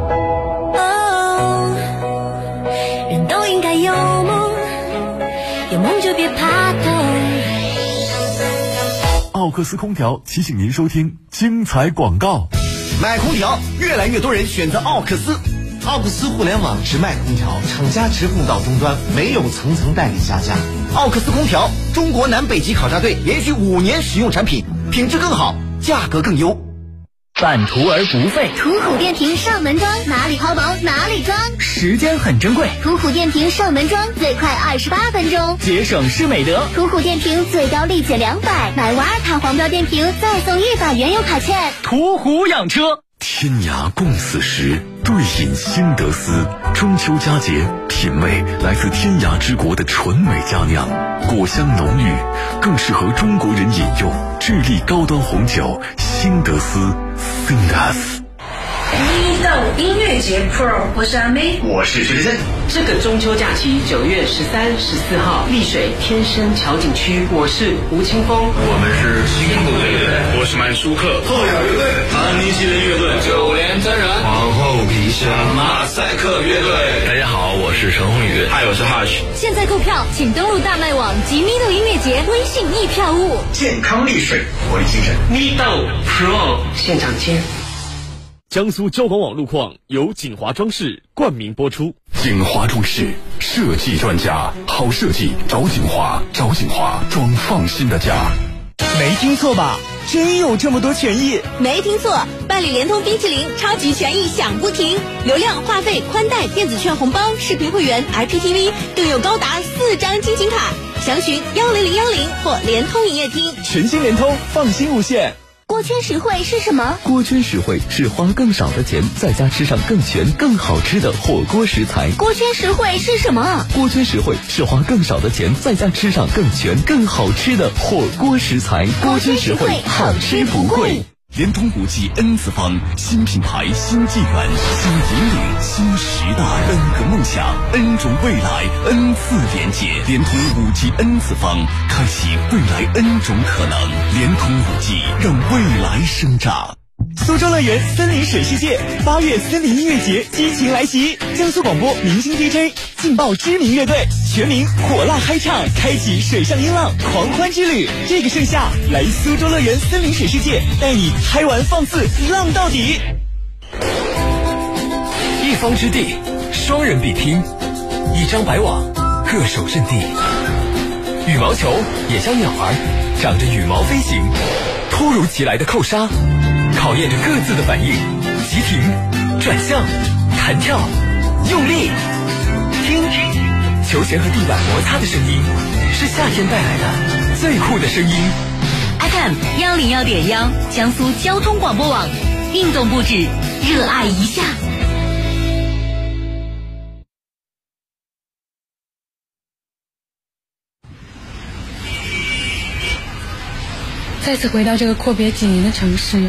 Speaker 5: 哦，人都应该有梦，有梦就别怕痛。
Speaker 6: 奥克斯空调提醒您收听精彩广告。
Speaker 7: 买空调，越来越多人选择奥克斯。奥克斯互联网直卖空调，厂家直供到终端，没有层层代理下架。奥克斯空调，中国南北极考察队连续五年使用产品，品质更好，价格更优。
Speaker 3: 半途而不废，
Speaker 5: 途虎电瓶上门装，哪里淘宝哪里装。
Speaker 3: 时间很珍贵，
Speaker 5: 途虎电瓶上门装最快二十八分钟。
Speaker 3: 节省是美德。
Speaker 5: 途虎电瓶最高立减两百，买瓦尔塔黄标电瓶再送一百元优卡券。
Speaker 3: 途虎养车，
Speaker 6: 天涯共此时，对饮新德斯。中秋佳节，品味来自天涯之国的纯美佳酿，果香浓郁，更适合中国人饮用。智利高端红酒新德斯 （Sindas）。
Speaker 8: 一到五音乐节 Pro，我是阿妹。
Speaker 7: 我是薛之谦，
Speaker 8: 这个中秋假期，九月十三、十四号，丽水天山桥景区，我是吴青峰。
Speaker 9: 我们是星空乐队，我是满舒克，后摇乐队，唐尼西林乐队，九连真人，皇后皮箱，马赛克乐队。大家好，我是陈宏宇，嗨，我是 Hush。
Speaker 5: 现在购票，请登录大麦网及咪豆音乐节微信易票务。
Speaker 7: 健康丽水，活力精神。
Speaker 8: 咪豆 Pro 现场见。
Speaker 9: 江苏交管网路况由锦华装饰冠名播出。
Speaker 6: 锦华装饰设计专家，好设计找锦华，找锦华装放心的家。
Speaker 3: 没听错吧？真有这么多权益！
Speaker 5: 没听错，办理联通冰淇淋超级权益享不停，流量、话费、宽带、电子券红包、视频会员、IPTV，更有高达四张金情卡。详询幺零零幺零或联通营业厅。
Speaker 3: 全新联通，放心无限。
Speaker 5: 锅圈实惠是什么？
Speaker 10: 锅圈实惠是花更少的钱，在家吃上更全、更好吃的火锅食材。
Speaker 5: 锅圈实惠是什么？
Speaker 10: 锅圈实惠是花更少的钱，在家吃上更全、更好吃的火锅食材。
Speaker 5: 锅圈实惠好吃不贵。
Speaker 10: 联通五 G N 次方，新品牌、新纪元、新引领、新时代，N 个梦想，N 种未来，N 次连接。联通五 G N 次方，开启未来 N 种可能。联通五 G，让未来生长。
Speaker 3: 苏州乐园森林水世界八月森林音乐节激情来袭，江苏广播明星 DJ 劲爆知名乐队，全民火辣嗨唱，开启水上音浪狂欢之旅。这个盛夏，来苏州乐园森林水世界，带你嗨玩放肆，浪到底。
Speaker 10: 一方之地，双人比拼；一张白网，各守阵地。羽毛球也像鸟儿，长着羽毛飞行。突如其来的扣杀，考验着各自的反应。急停、转向、弹跳、用力。听，球鞋和地板摩擦的声音，是夏天带来的最酷的声音。
Speaker 5: FM 幺零幺点幺，江苏交通广播网，运动不止，热爱一下。
Speaker 11: 再次回到这个阔别几年的城市，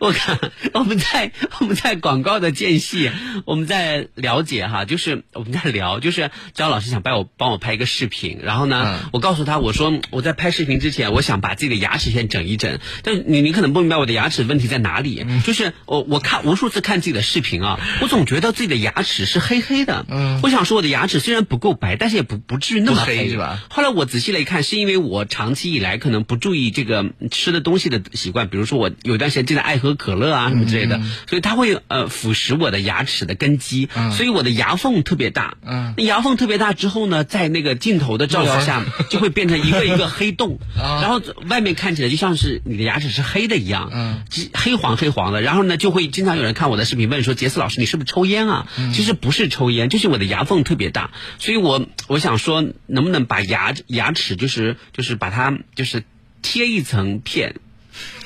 Speaker 1: 我看我们在我们在广告的间隙，我们在了解哈，就是我们在聊，就是张老师想帮我帮我拍一个视频，然后呢，
Speaker 2: 嗯
Speaker 1: 我告诉他我说我在拍视频之前，我想把自己的牙齿先整一整，但你你可能不明白我的牙齿问题在哪里，
Speaker 2: 嗯
Speaker 1: 就是我我看无数次看自己的视频啊，我总觉得自己的牙齿是黑黑的，
Speaker 2: 嗯
Speaker 1: 我想说我的牙齿虽然不够白，但是也不不至于那么
Speaker 2: 不黑
Speaker 1: 黑
Speaker 2: 是吧？
Speaker 1: 后来我仔细了一看，是因为我长期以来可能不注意这个吃的东西的习惯，比如说我有一段时间真的爱喝可乐啊什么之类的，所以它会呃腐蚀我的牙齿的根基，所以我的牙缝特别大。
Speaker 2: 嗯，
Speaker 1: 那牙缝特别大之后呢，在那个镜头的照耀下，就会变成一个一个黑洞，然后外面看起来就像是你的牙齿是黑的一样，
Speaker 2: 嗯，
Speaker 1: 黑黄黑黄的。然后呢，就会经常有人看我的视频问说：“杰斯老师，你是不是抽烟啊？”其实不是抽烟，就是我的牙缝特别大，所以我我想说，能不能把牙牙齿就是就是把它就是贴一层片，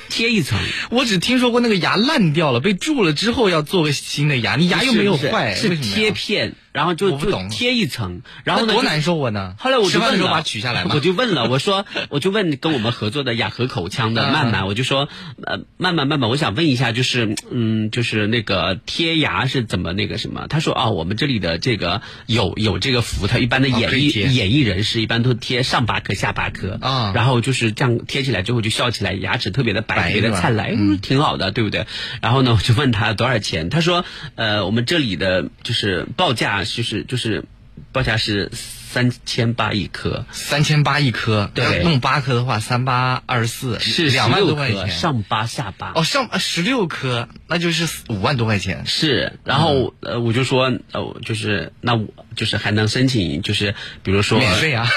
Speaker 1: 贴一层。
Speaker 2: 我只听说过那个牙烂掉了，被蛀了之后要做个新的牙，你牙又没有坏，为什
Speaker 1: 是是
Speaker 2: 么呀
Speaker 1: 贴片，然后就
Speaker 2: 我不
Speaker 1: 就
Speaker 2: 懂
Speaker 1: 贴一层，然后呢
Speaker 2: 那多
Speaker 1: 就
Speaker 2: 难受啊呢
Speaker 1: 后来我
Speaker 2: 吃
Speaker 1: 就
Speaker 2: 饭的
Speaker 1: 问
Speaker 2: 时候
Speaker 1: 了，
Speaker 2: 把它取下来嘛
Speaker 1: 我就问了，我说我就问跟我们合作的雅和口腔
Speaker 2: 嗯
Speaker 1: 的曼曼，我就说呃曼曼曼曼，我想问一下，就是嗯就是那个贴牙是怎么那个什么？他说啊，我们这里的这个有有这个服务，他一般的
Speaker 2: 哦
Speaker 1: 演
Speaker 2: 可以
Speaker 1: 艺
Speaker 2: 贴
Speaker 1: 演艺人士一般都贴上巴颗下巴颗
Speaker 2: 啊
Speaker 1: 然后就是这样贴起来之后就笑起来，牙齿特别的白，
Speaker 2: 白
Speaker 1: 特别的
Speaker 2: 是吧
Speaker 1: 灿烂，哎
Speaker 2: 嗯
Speaker 1: 挺好的，对不对？然后呢，我就问他多少钱，他说，呃，我们这里的就是报价就是就是报价是三千八一颗，
Speaker 2: 三千八一颗，
Speaker 1: 对
Speaker 2: 要弄八颗的话，三八二十四，
Speaker 1: 是
Speaker 2: 两万
Speaker 1: 16
Speaker 2: 多块
Speaker 1: 颗
Speaker 2: 钱。
Speaker 1: 上巴下巴。
Speaker 2: 哦，上十六颗，那就是五万多块钱。
Speaker 1: 是，然后、呃，我就说，呃，我就是那我就是还能申请，就是比如说
Speaker 2: 免费 啊，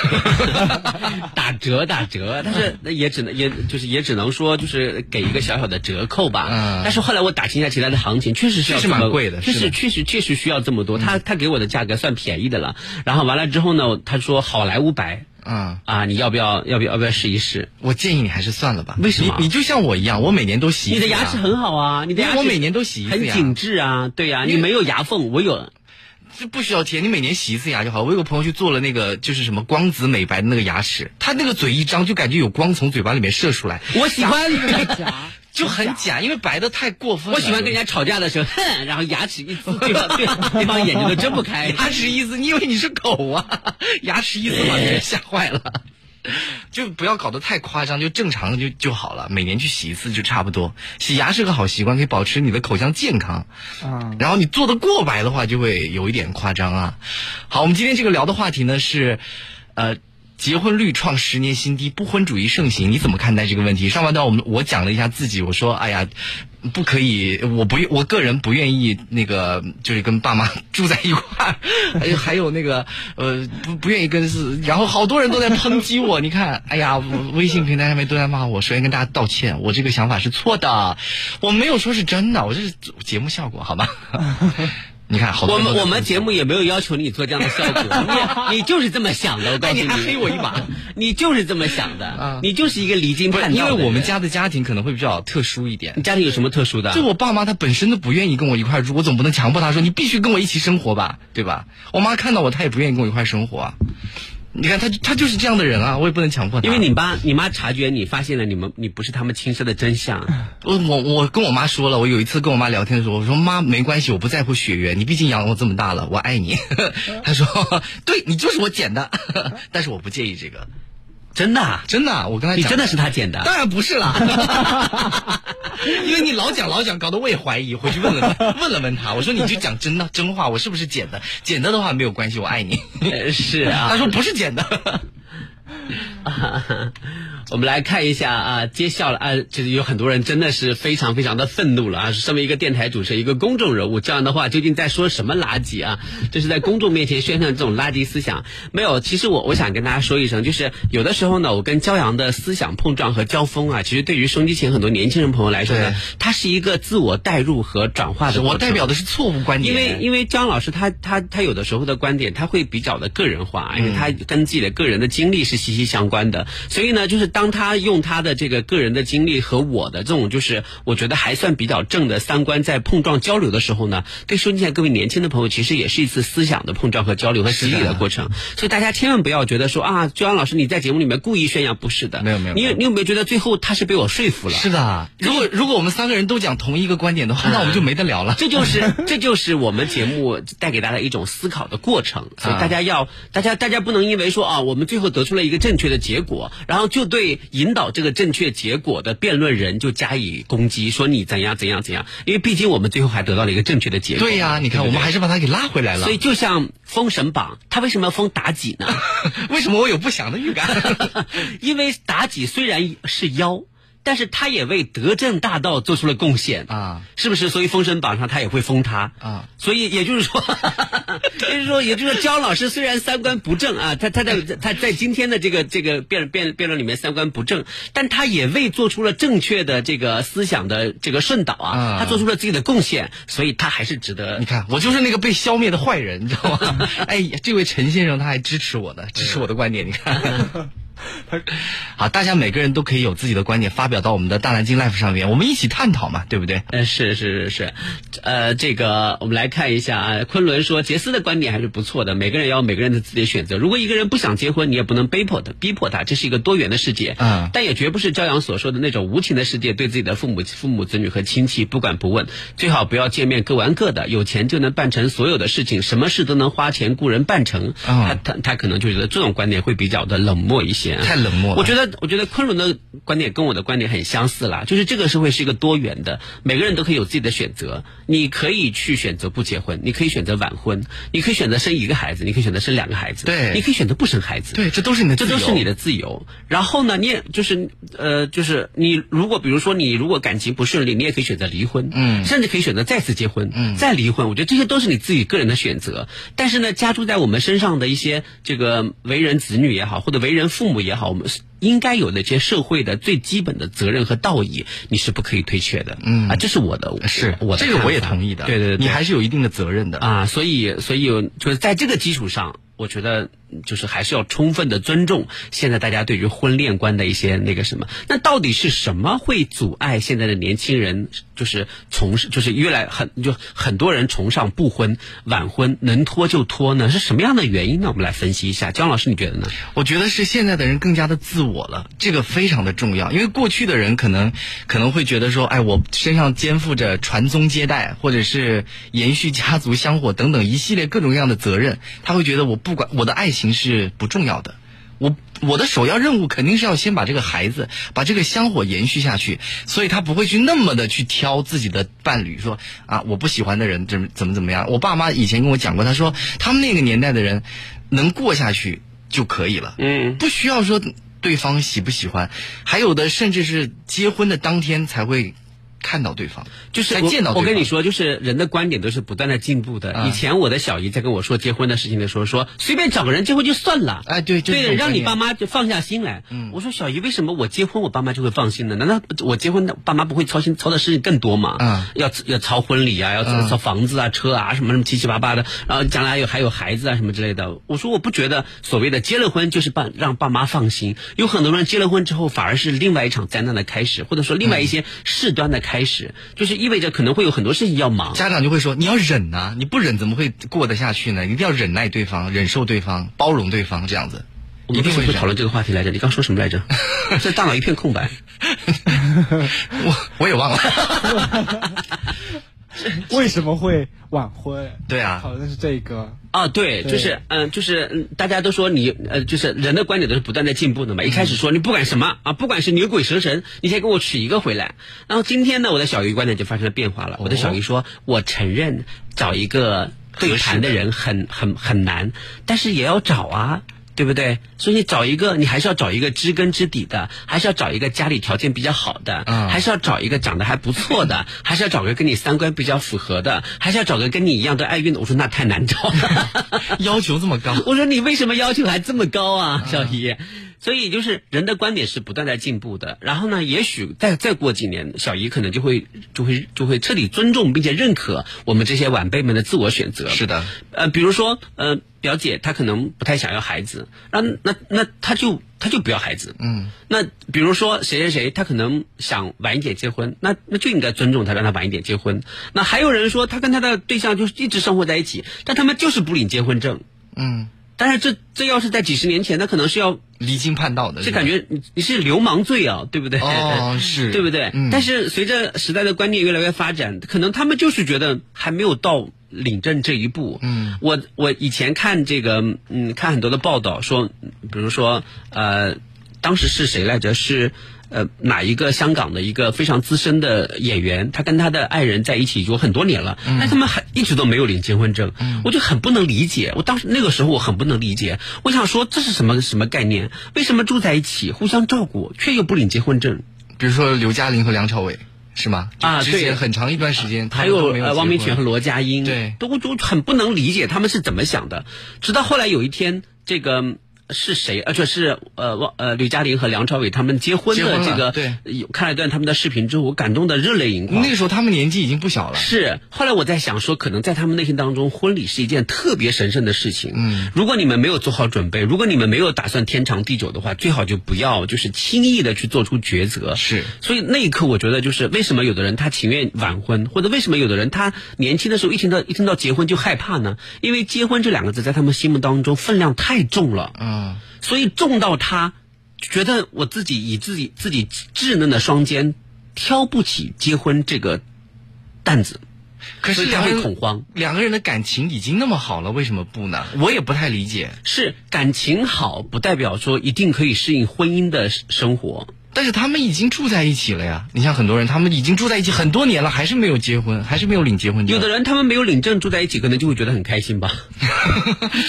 Speaker 1: 打折打折，但
Speaker 2: 嗯
Speaker 1: 是那也只能也就是也只能说就是给一个小小的折扣吧。
Speaker 2: 嗯
Speaker 1: 但是后来我打听一下其他的行情，确实是要
Speaker 2: 确实
Speaker 1: 这么
Speaker 2: 蛮贵的
Speaker 1: 确
Speaker 2: 是
Speaker 1: 实
Speaker 2: 的嗯
Speaker 1: 确实确实需要这么多。他他给我的价格算便宜的了，然后完了之后呢，他说好来五百
Speaker 2: 嗯，
Speaker 1: 啊，你要不要要不要要不要试一试？
Speaker 2: 我建议你还是算了吧。
Speaker 1: 为什么
Speaker 2: 你你就像我一样，我每年都洗一
Speaker 1: 你
Speaker 2: 次
Speaker 1: 的牙齿很好啊，你的牙
Speaker 2: 因
Speaker 1: 齿
Speaker 2: 为我每年都洗一次
Speaker 1: 很
Speaker 2: 呀
Speaker 1: 紧致啊，对呀、你没有牙缝，我有。
Speaker 2: 这不需要贴，你每年洗一次牙就好。我有个朋友去做了那个，就是什么光子美白的那个牙齿，他那个嘴一张就感觉有光从嘴巴里面射出来，
Speaker 1: 我喜欢，
Speaker 2: 就很假，因为白的太过分了。
Speaker 1: 我喜欢跟人家吵架的时候，哼，然后牙齿一 呲，对方对对方眼睛都睁不开。
Speaker 2: 牙齿一呲，你以为你是狗啊？ 牙齿一呲把别人吓坏了。 就不要搞得太夸张，就正常就就好了。每年去洗一次就差不多。洗牙是个好习惯，可以保持你的口腔健康。
Speaker 4: 啊，
Speaker 2: 然后你做的过白的话，就会有一点夸张啊。好，我们今天这个聊的话题呢是，呃。结婚率创十年新低，不婚主义盛行，你怎么看待这个问题？上半段我们我讲了一下自己，我说哎呀，不可以，我不我个人不愿意那个就是跟爸妈 住在一块儿，还有还有那个呃不不愿意跟是，然后好多人都在抨击我，你看， 哎呀，我微信平台上面都在骂我，首先跟大家道歉，我这个想法是错的，我没有说是真的，我这是节目效果好 吗？你看，好多
Speaker 1: 我
Speaker 2: 人
Speaker 1: 们
Speaker 2: 都在
Speaker 1: 我们
Speaker 2: 抨击
Speaker 1: 节目也没有要求你做这样的效 果，你你就是这么想的，我告诉
Speaker 2: 哎你还黑我一把，
Speaker 1: 你就是这么想的
Speaker 2: 啊，
Speaker 1: 你就是一个离经
Speaker 2: 不是
Speaker 1: 叛
Speaker 2: 因
Speaker 1: 道
Speaker 2: 为
Speaker 1: 的人。嗯
Speaker 2: 我们家的家庭可能会比较特殊一点
Speaker 1: 你，家里有什么特殊的？
Speaker 2: 就我爸妈他本身都不愿意跟我一块儿住，我总不能强迫他说你必须跟我一起生活吧，对吧？我妈看到我，她也不愿意跟我一块儿生活啊。你看他他就是这样的人啊，我也不能强迫他。
Speaker 1: 因为你爸你妈察觉你发现了你们你不是他们亲生的真相，
Speaker 2: 我呃我我跟我妈说了，我有一次跟我妈聊天的时候，我说妈没关系，我不在乎血缘，你毕竟养我这么大了，我爱你。 她说对你就是我捡的， 但是我不介意这个，
Speaker 1: 真的啊，
Speaker 2: 真的啊，我跟她
Speaker 1: 你
Speaker 2: 讲
Speaker 1: 真的是他捡的。
Speaker 2: 当然不是啦， 因为你老讲老讲，搞得我也怀疑。回去问了问了问他，我说你就讲真的真话，我是不是捡的？捡的的话没有关系，我爱你。
Speaker 1: 呃 是啊，
Speaker 2: 他说不是捡的，
Speaker 1: 我们来看一下啊，揭晓了啊，就是有很多人真的是非常非常的愤怒了啊！身为一个电台主持人，一个公众人物，这样的话究竟在说什么垃圾啊？这是在公众面前宣传这种垃圾思想。没有，其实我我想跟大家说一声，就是有的时候呢，我跟骄阳的思想碰撞和交锋啊，其实对于收音机前很多年轻人朋友来说呢
Speaker 2: 对，
Speaker 1: 它是一个自我代入和转化的过程。
Speaker 2: 我代表的是错误观点。
Speaker 1: 因为因为
Speaker 2: 嗯
Speaker 1: 姜老师他他他有的时候的观点他会比较的个人化，因为他跟自己的个人的经历是息息相关的。所以呢，就是当他用他的这个个人的经历和我的这种，就是我觉得还算比较正的三观在碰撞交流的时候呢，对收听起来各位年轻的朋友，其实也是一次思想的碰撞和交流和激励的过程。所以大家千万不要觉得说啊，周安老师你在节目里面故意宣扬，不是的。
Speaker 2: 没有没有
Speaker 1: 你有你有没有觉得最后他是被我说服了？
Speaker 2: 是的，啊如果如果我们三个人都讲同一个观点的
Speaker 1: 嗯
Speaker 2: 话，那我们就没得聊了。
Speaker 1: 这就是 这就是我们节目带给大家一种思考的过程，
Speaker 2: 啊
Speaker 1: 所以大家要大家大家不能因为说啊，我们最后得出了一个正确的结果，然后就对引导这个正确结果的辩论人就加以攻击，说你怎样怎样怎样，因为毕竟我们最后还得到了一个正确的结果。
Speaker 2: 对呀、你看我们还是把他给拉回来了
Speaker 1: 所以。就像封神榜，他为什么要封妲己呢？
Speaker 2: 为什么我有不祥的预感？
Speaker 1: 因为妲己虽然是妖，但是她也为德政大道做出了贡献
Speaker 2: 啊，
Speaker 1: 是不是？所以封神榜上她也会封她
Speaker 2: 啊。
Speaker 1: 所以也就是说， 也就是说，也就是说，焦老师虽然三观不正啊，他他在他在今天的这个这个辩辩辩论里面三观不正，但他也为做出了正确的这个思想的这个顺导啊，
Speaker 2: 啊
Speaker 1: 他做出了自己的贡献，所以他还是值得
Speaker 2: 你看，我就是那个被消灭的坏人，你知道 吗？哎，这位陈先生他还支持我呢，支持我的观点。你 看， 好，大家每个人都可以有自己的观点发表到我们的大南京 Life 上面，我们一起探讨嘛，对不对？
Speaker 1: 呃，是是是是，呃，这个我们来看一下啊。昆仑说，杰斯的观点还是不错的，每个人要有每个人的自己的选择。如果一个人不想结婚，你也不能逼迫他，逼迫他，这是一个多元的世界。
Speaker 2: 嗯
Speaker 1: 但也绝不是朝阳所说的那种无情的世界，对自己的父母、父母子女和亲戚不管不问，最好不要见面，各玩各的。有钱就能办成所有的事情，什么事都能花钱雇人办成。
Speaker 2: 嗯
Speaker 1: 他他他可能就觉得这种观点会比较的冷漠一些啊。
Speaker 2: 太冷漠了
Speaker 1: 我觉得，我觉得昆仑的观点跟我的观点很相似啦，就是这个社会是一个多元的，每个人都可以有自己的选择。你可以去选择不结婚，你可以选择晚婚，你可以选择生一个孩子，你可以选择生两个孩子，
Speaker 2: 对
Speaker 1: 你可以选择不生孩子，
Speaker 2: 对，这都是你的自
Speaker 1: 这
Speaker 2: 由，
Speaker 1: 都是你的自由。然后呢，你也就是呃，就是你如果比如说你如果感情不顺利，你也可以选择离婚，
Speaker 2: 嗯
Speaker 1: 甚至可以选择再次结婚，嗯，再离婚。我觉得这些都是你自己个人的选择。但是呢，加诸在我们身上的一些这个为人子女也好，或者为人父母也好，我们是应该有的一些社会的最基本的责任和道义，你是不可以推却的，嗯啊，这是我的，
Speaker 2: 是
Speaker 1: 我的
Speaker 2: 这个我也
Speaker 1: 看法
Speaker 2: 同意的。
Speaker 1: 对对对，
Speaker 2: 你还是有一定的责任的。
Speaker 1: 啊，所以所以就是在这个基础上，我觉得就是还是要充分的尊重现在大家对于婚恋观的一些那个什么。那到底是什么会阻碍现在的年轻人就是从事就是越来很就很多人崇尚不婚晚婚能拖就拖呢？是什么样的原因呢？我们来分析一下，姜老师你觉得呢？
Speaker 2: 我觉得是现在的人更加的自我了，这个非常的重要。因为过去的人可能可能会觉得说，哎，我身上肩负着传宗接代，或者是延续家族香火等等一系列各种各样的责任，他会觉得我不管我的爱情是不重要的。我我的首要任务肯定是要先把这个孩子，把这个香火延续下去，所以他不会去那么的去挑自己的伴侣，说啊我不喜欢的人怎么怎么怎么样。我爸妈以前跟我讲过，他说他们那个年代的人能过下去就可以了，
Speaker 1: 嗯
Speaker 2: 不需要说对方喜不喜欢，还有的甚至是结婚的当天才会看到对方，
Speaker 1: 就是
Speaker 2: 才
Speaker 1: 我
Speaker 2: 见到对方
Speaker 1: 我跟你说，就是人的观点都是不断的进步的。
Speaker 2: 啊
Speaker 1: 以前我的小姨在跟我说结婚的事情的时候，说随便找个人结婚就算了。
Speaker 2: 哎对就是这
Speaker 1: 对，
Speaker 2: 种观
Speaker 1: 让你
Speaker 2: 念
Speaker 1: 爸妈就放下心来。
Speaker 2: 嗯
Speaker 1: 我说小姨，为什么我结婚我爸妈就会放心呢？难道我结婚爸妈不会操心操的事情更多吗？
Speaker 2: 嗯
Speaker 1: 要要操婚礼啊，要操
Speaker 2: 嗯
Speaker 1: 操房子啊、车啊，什么什么七七八八的，然后将来还有还有孩子啊什么之类的。我说我不觉得所谓的结了婚就是爸让爸妈放心，有很多人结了婚之后反而是另外一场灾难的开始，或者说另
Speaker 2: 嗯
Speaker 1: 外一些事端的开始，就是意味着可能会有很多事情要忙。
Speaker 2: 家长就会说：“你要忍呐、你不忍怎么会过得下去呢？你一定要忍耐对方，忍受对方，包容对方，这样子。”
Speaker 1: 我们为什么会讨论这个话题来着？你刚说什么 来着？这大脑一片空白。
Speaker 2: 我我也忘了。
Speaker 4: 为什么会晚婚？
Speaker 2: 对啊
Speaker 4: 讨论是这个。
Speaker 1: 啊，对，
Speaker 4: 对
Speaker 1: 就是，嗯、就是嗯大家都说你，呃，就是人的观点都是不断在进步的嘛。一开始说你不管什么啊，不管是牛鬼蛇神，你先给我娶一个回来。然后今天呢，我的小姨观点就发生了变化了。我的小姨说，我承认找一个对盘的人很很很难，但是也要找啊。对不对？所以你找一个，你还是要找一个知根知底的，还是要找一个家里条件比较好的，
Speaker 2: 嗯
Speaker 1: 还是要找一个长得还不 错的，还是要找个跟你三观比较符合的，还是要找个跟你一样都爱运动。我说那太难找了。
Speaker 2: 要求这么高，嗯
Speaker 1: 我说你为什么要求还这么高啊，小姨？所以就是人的观点是不断在进步的。然后呢，也许再再过几年，小姨可能就会就会就会彻底尊重并且认可我们这些晚辈们的自我选择。
Speaker 2: 是的，
Speaker 1: 呃，比如说呃，表姐她可能不太想要孩子，那那那她就她就不要孩子。
Speaker 2: 嗯，
Speaker 1: 那比如说谁谁谁，他可能想晚一点结婚，那那就应该尊重他，让他晚一点结婚。那还有人说他跟他的对象就是一直生活在一起，但他们就是不领结婚证。
Speaker 2: 嗯，
Speaker 1: 但是这这要是在几十年前，那可能是要
Speaker 2: 离经叛道的，
Speaker 1: 这感觉你你是流氓罪啊，对不对？
Speaker 2: 呃哦是
Speaker 1: 对不对？
Speaker 2: 嗯
Speaker 1: 但是随着时代的观念越来越发展，可能他们就是觉得还没有到领证这一步。
Speaker 2: 嗯，
Speaker 1: 我我以前看这个，嗯，看很多的报道说，比如说呃，当时是谁来着？是。呃，哪一个香港的一个非常资深的演员，他跟他的爱人在一起有很多年了，但他们还一直都没有领结婚证，我就很不能理解。我当时那个时候我很不能理解，我想说这是什么什么概念？为什么住在一起互相照顾，却又不领结婚证？
Speaker 2: 比如说刘嘉玲和梁朝伟是吗？
Speaker 1: 啊
Speaker 2: 之
Speaker 1: 对
Speaker 2: 前很长一段时间，他
Speaker 1: 还
Speaker 2: 们
Speaker 1: 有
Speaker 2: 都没有
Speaker 1: 呃
Speaker 2: 结
Speaker 1: 汪明荃
Speaker 2: 婚
Speaker 1: 和罗家英，
Speaker 2: 对
Speaker 1: 都我就很不能理解他们是怎么想的。直到后来有一天，这个是谁？呃，就是呃汪呃刘嘉玲和梁朝伟他们结婚
Speaker 2: 结婚
Speaker 1: 的
Speaker 2: 了
Speaker 1: 这个，
Speaker 2: 对
Speaker 1: 有，看了一段他们的视频之后，我感动的热泪盈眶。
Speaker 2: 那个时候他们年纪已经不小了，
Speaker 1: 是，后来我在想说，可能在他们内心当中，婚礼是一件特别神圣的事情。
Speaker 2: 嗯，
Speaker 1: 如果你们没有做好准备，如果你们没有打算天长地久的话，最好就不要就是轻易的去做出抉择。
Speaker 2: 是
Speaker 1: 所以那一刻，我觉得就是为什么有的人他情愿晚婚，或者为什么有的人他年轻的时候一听到一听到结婚就害怕呢？因为结婚这两个字在他们心目当中分量太重了。
Speaker 2: 嗯，
Speaker 1: 所以重到他觉得我自己以自己自己稚嫩的双肩挑不起结婚这个担子，
Speaker 2: 可是
Speaker 1: 所以他
Speaker 2: 两个
Speaker 1: 会
Speaker 2: 人
Speaker 1: 恐慌。
Speaker 2: 两个人的感情已经那么好了，为什么不呢？我也不太理解。
Speaker 1: 是感情好，不代表说一定可以适应婚姻的生活。
Speaker 2: 但是他们已经住在一起了呀！你像很多人，他们已经住在一起很多年了，还是没有结婚，还是没有领结婚证。
Speaker 1: 有的人他们没有领证住在一起，可能就会觉得很开心吧。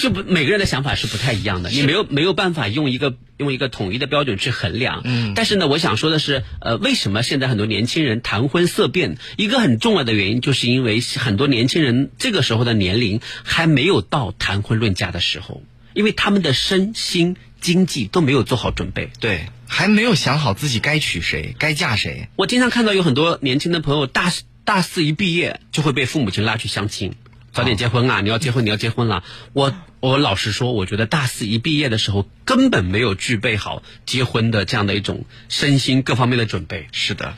Speaker 1: 这不每个人的想法是不太一样的，你没有没有办法用一个用一个统一的标准去衡量。
Speaker 2: 嗯
Speaker 1: 但是呢，我想说的是，呃，为什么现在很多年轻人谈婚色变？一个很重要的原因，就是因为很多年轻人这个时候的年龄还没有到谈婚论嫁的时候，因为他们的身心经济都没有做好准备。
Speaker 2: 对还没有想好自己该娶谁，该嫁谁。
Speaker 1: 我经常看到有很多年轻的朋友大四大四一毕业就会被父母亲拉去相亲，早点结婚啊！你要结婚，你要结婚了。我我老实说，我觉得大四一毕业的时候根本没有具备好结婚的这样的一种身心各方面的准备。
Speaker 2: 是的，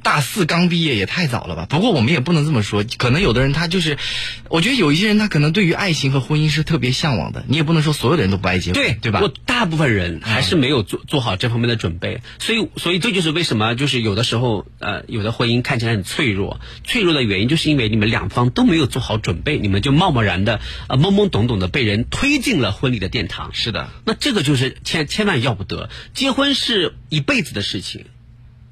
Speaker 2: 大四刚毕业也太早了吧？不过我们也不能这么说，可能有的人他就是，我觉得有一些人他可能对于爱情和婚姻是特别向往的。你也不能说所有的人都不爱结婚，对吧
Speaker 1: 我？大部分人还是没有做、做好这方面的准备，所以所以这就是为什么就是有的时候呃有的婚姻看起来很脆弱，脆弱的原因就是因为你们两方都没有做好准备，你们就贸贸然的呃懵懵懂懂的被人推进了婚礼的殿堂。
Speaker 2: 是的，
Speaker 1: 那这个就是千千万要不得，结婚是一辈子的事情，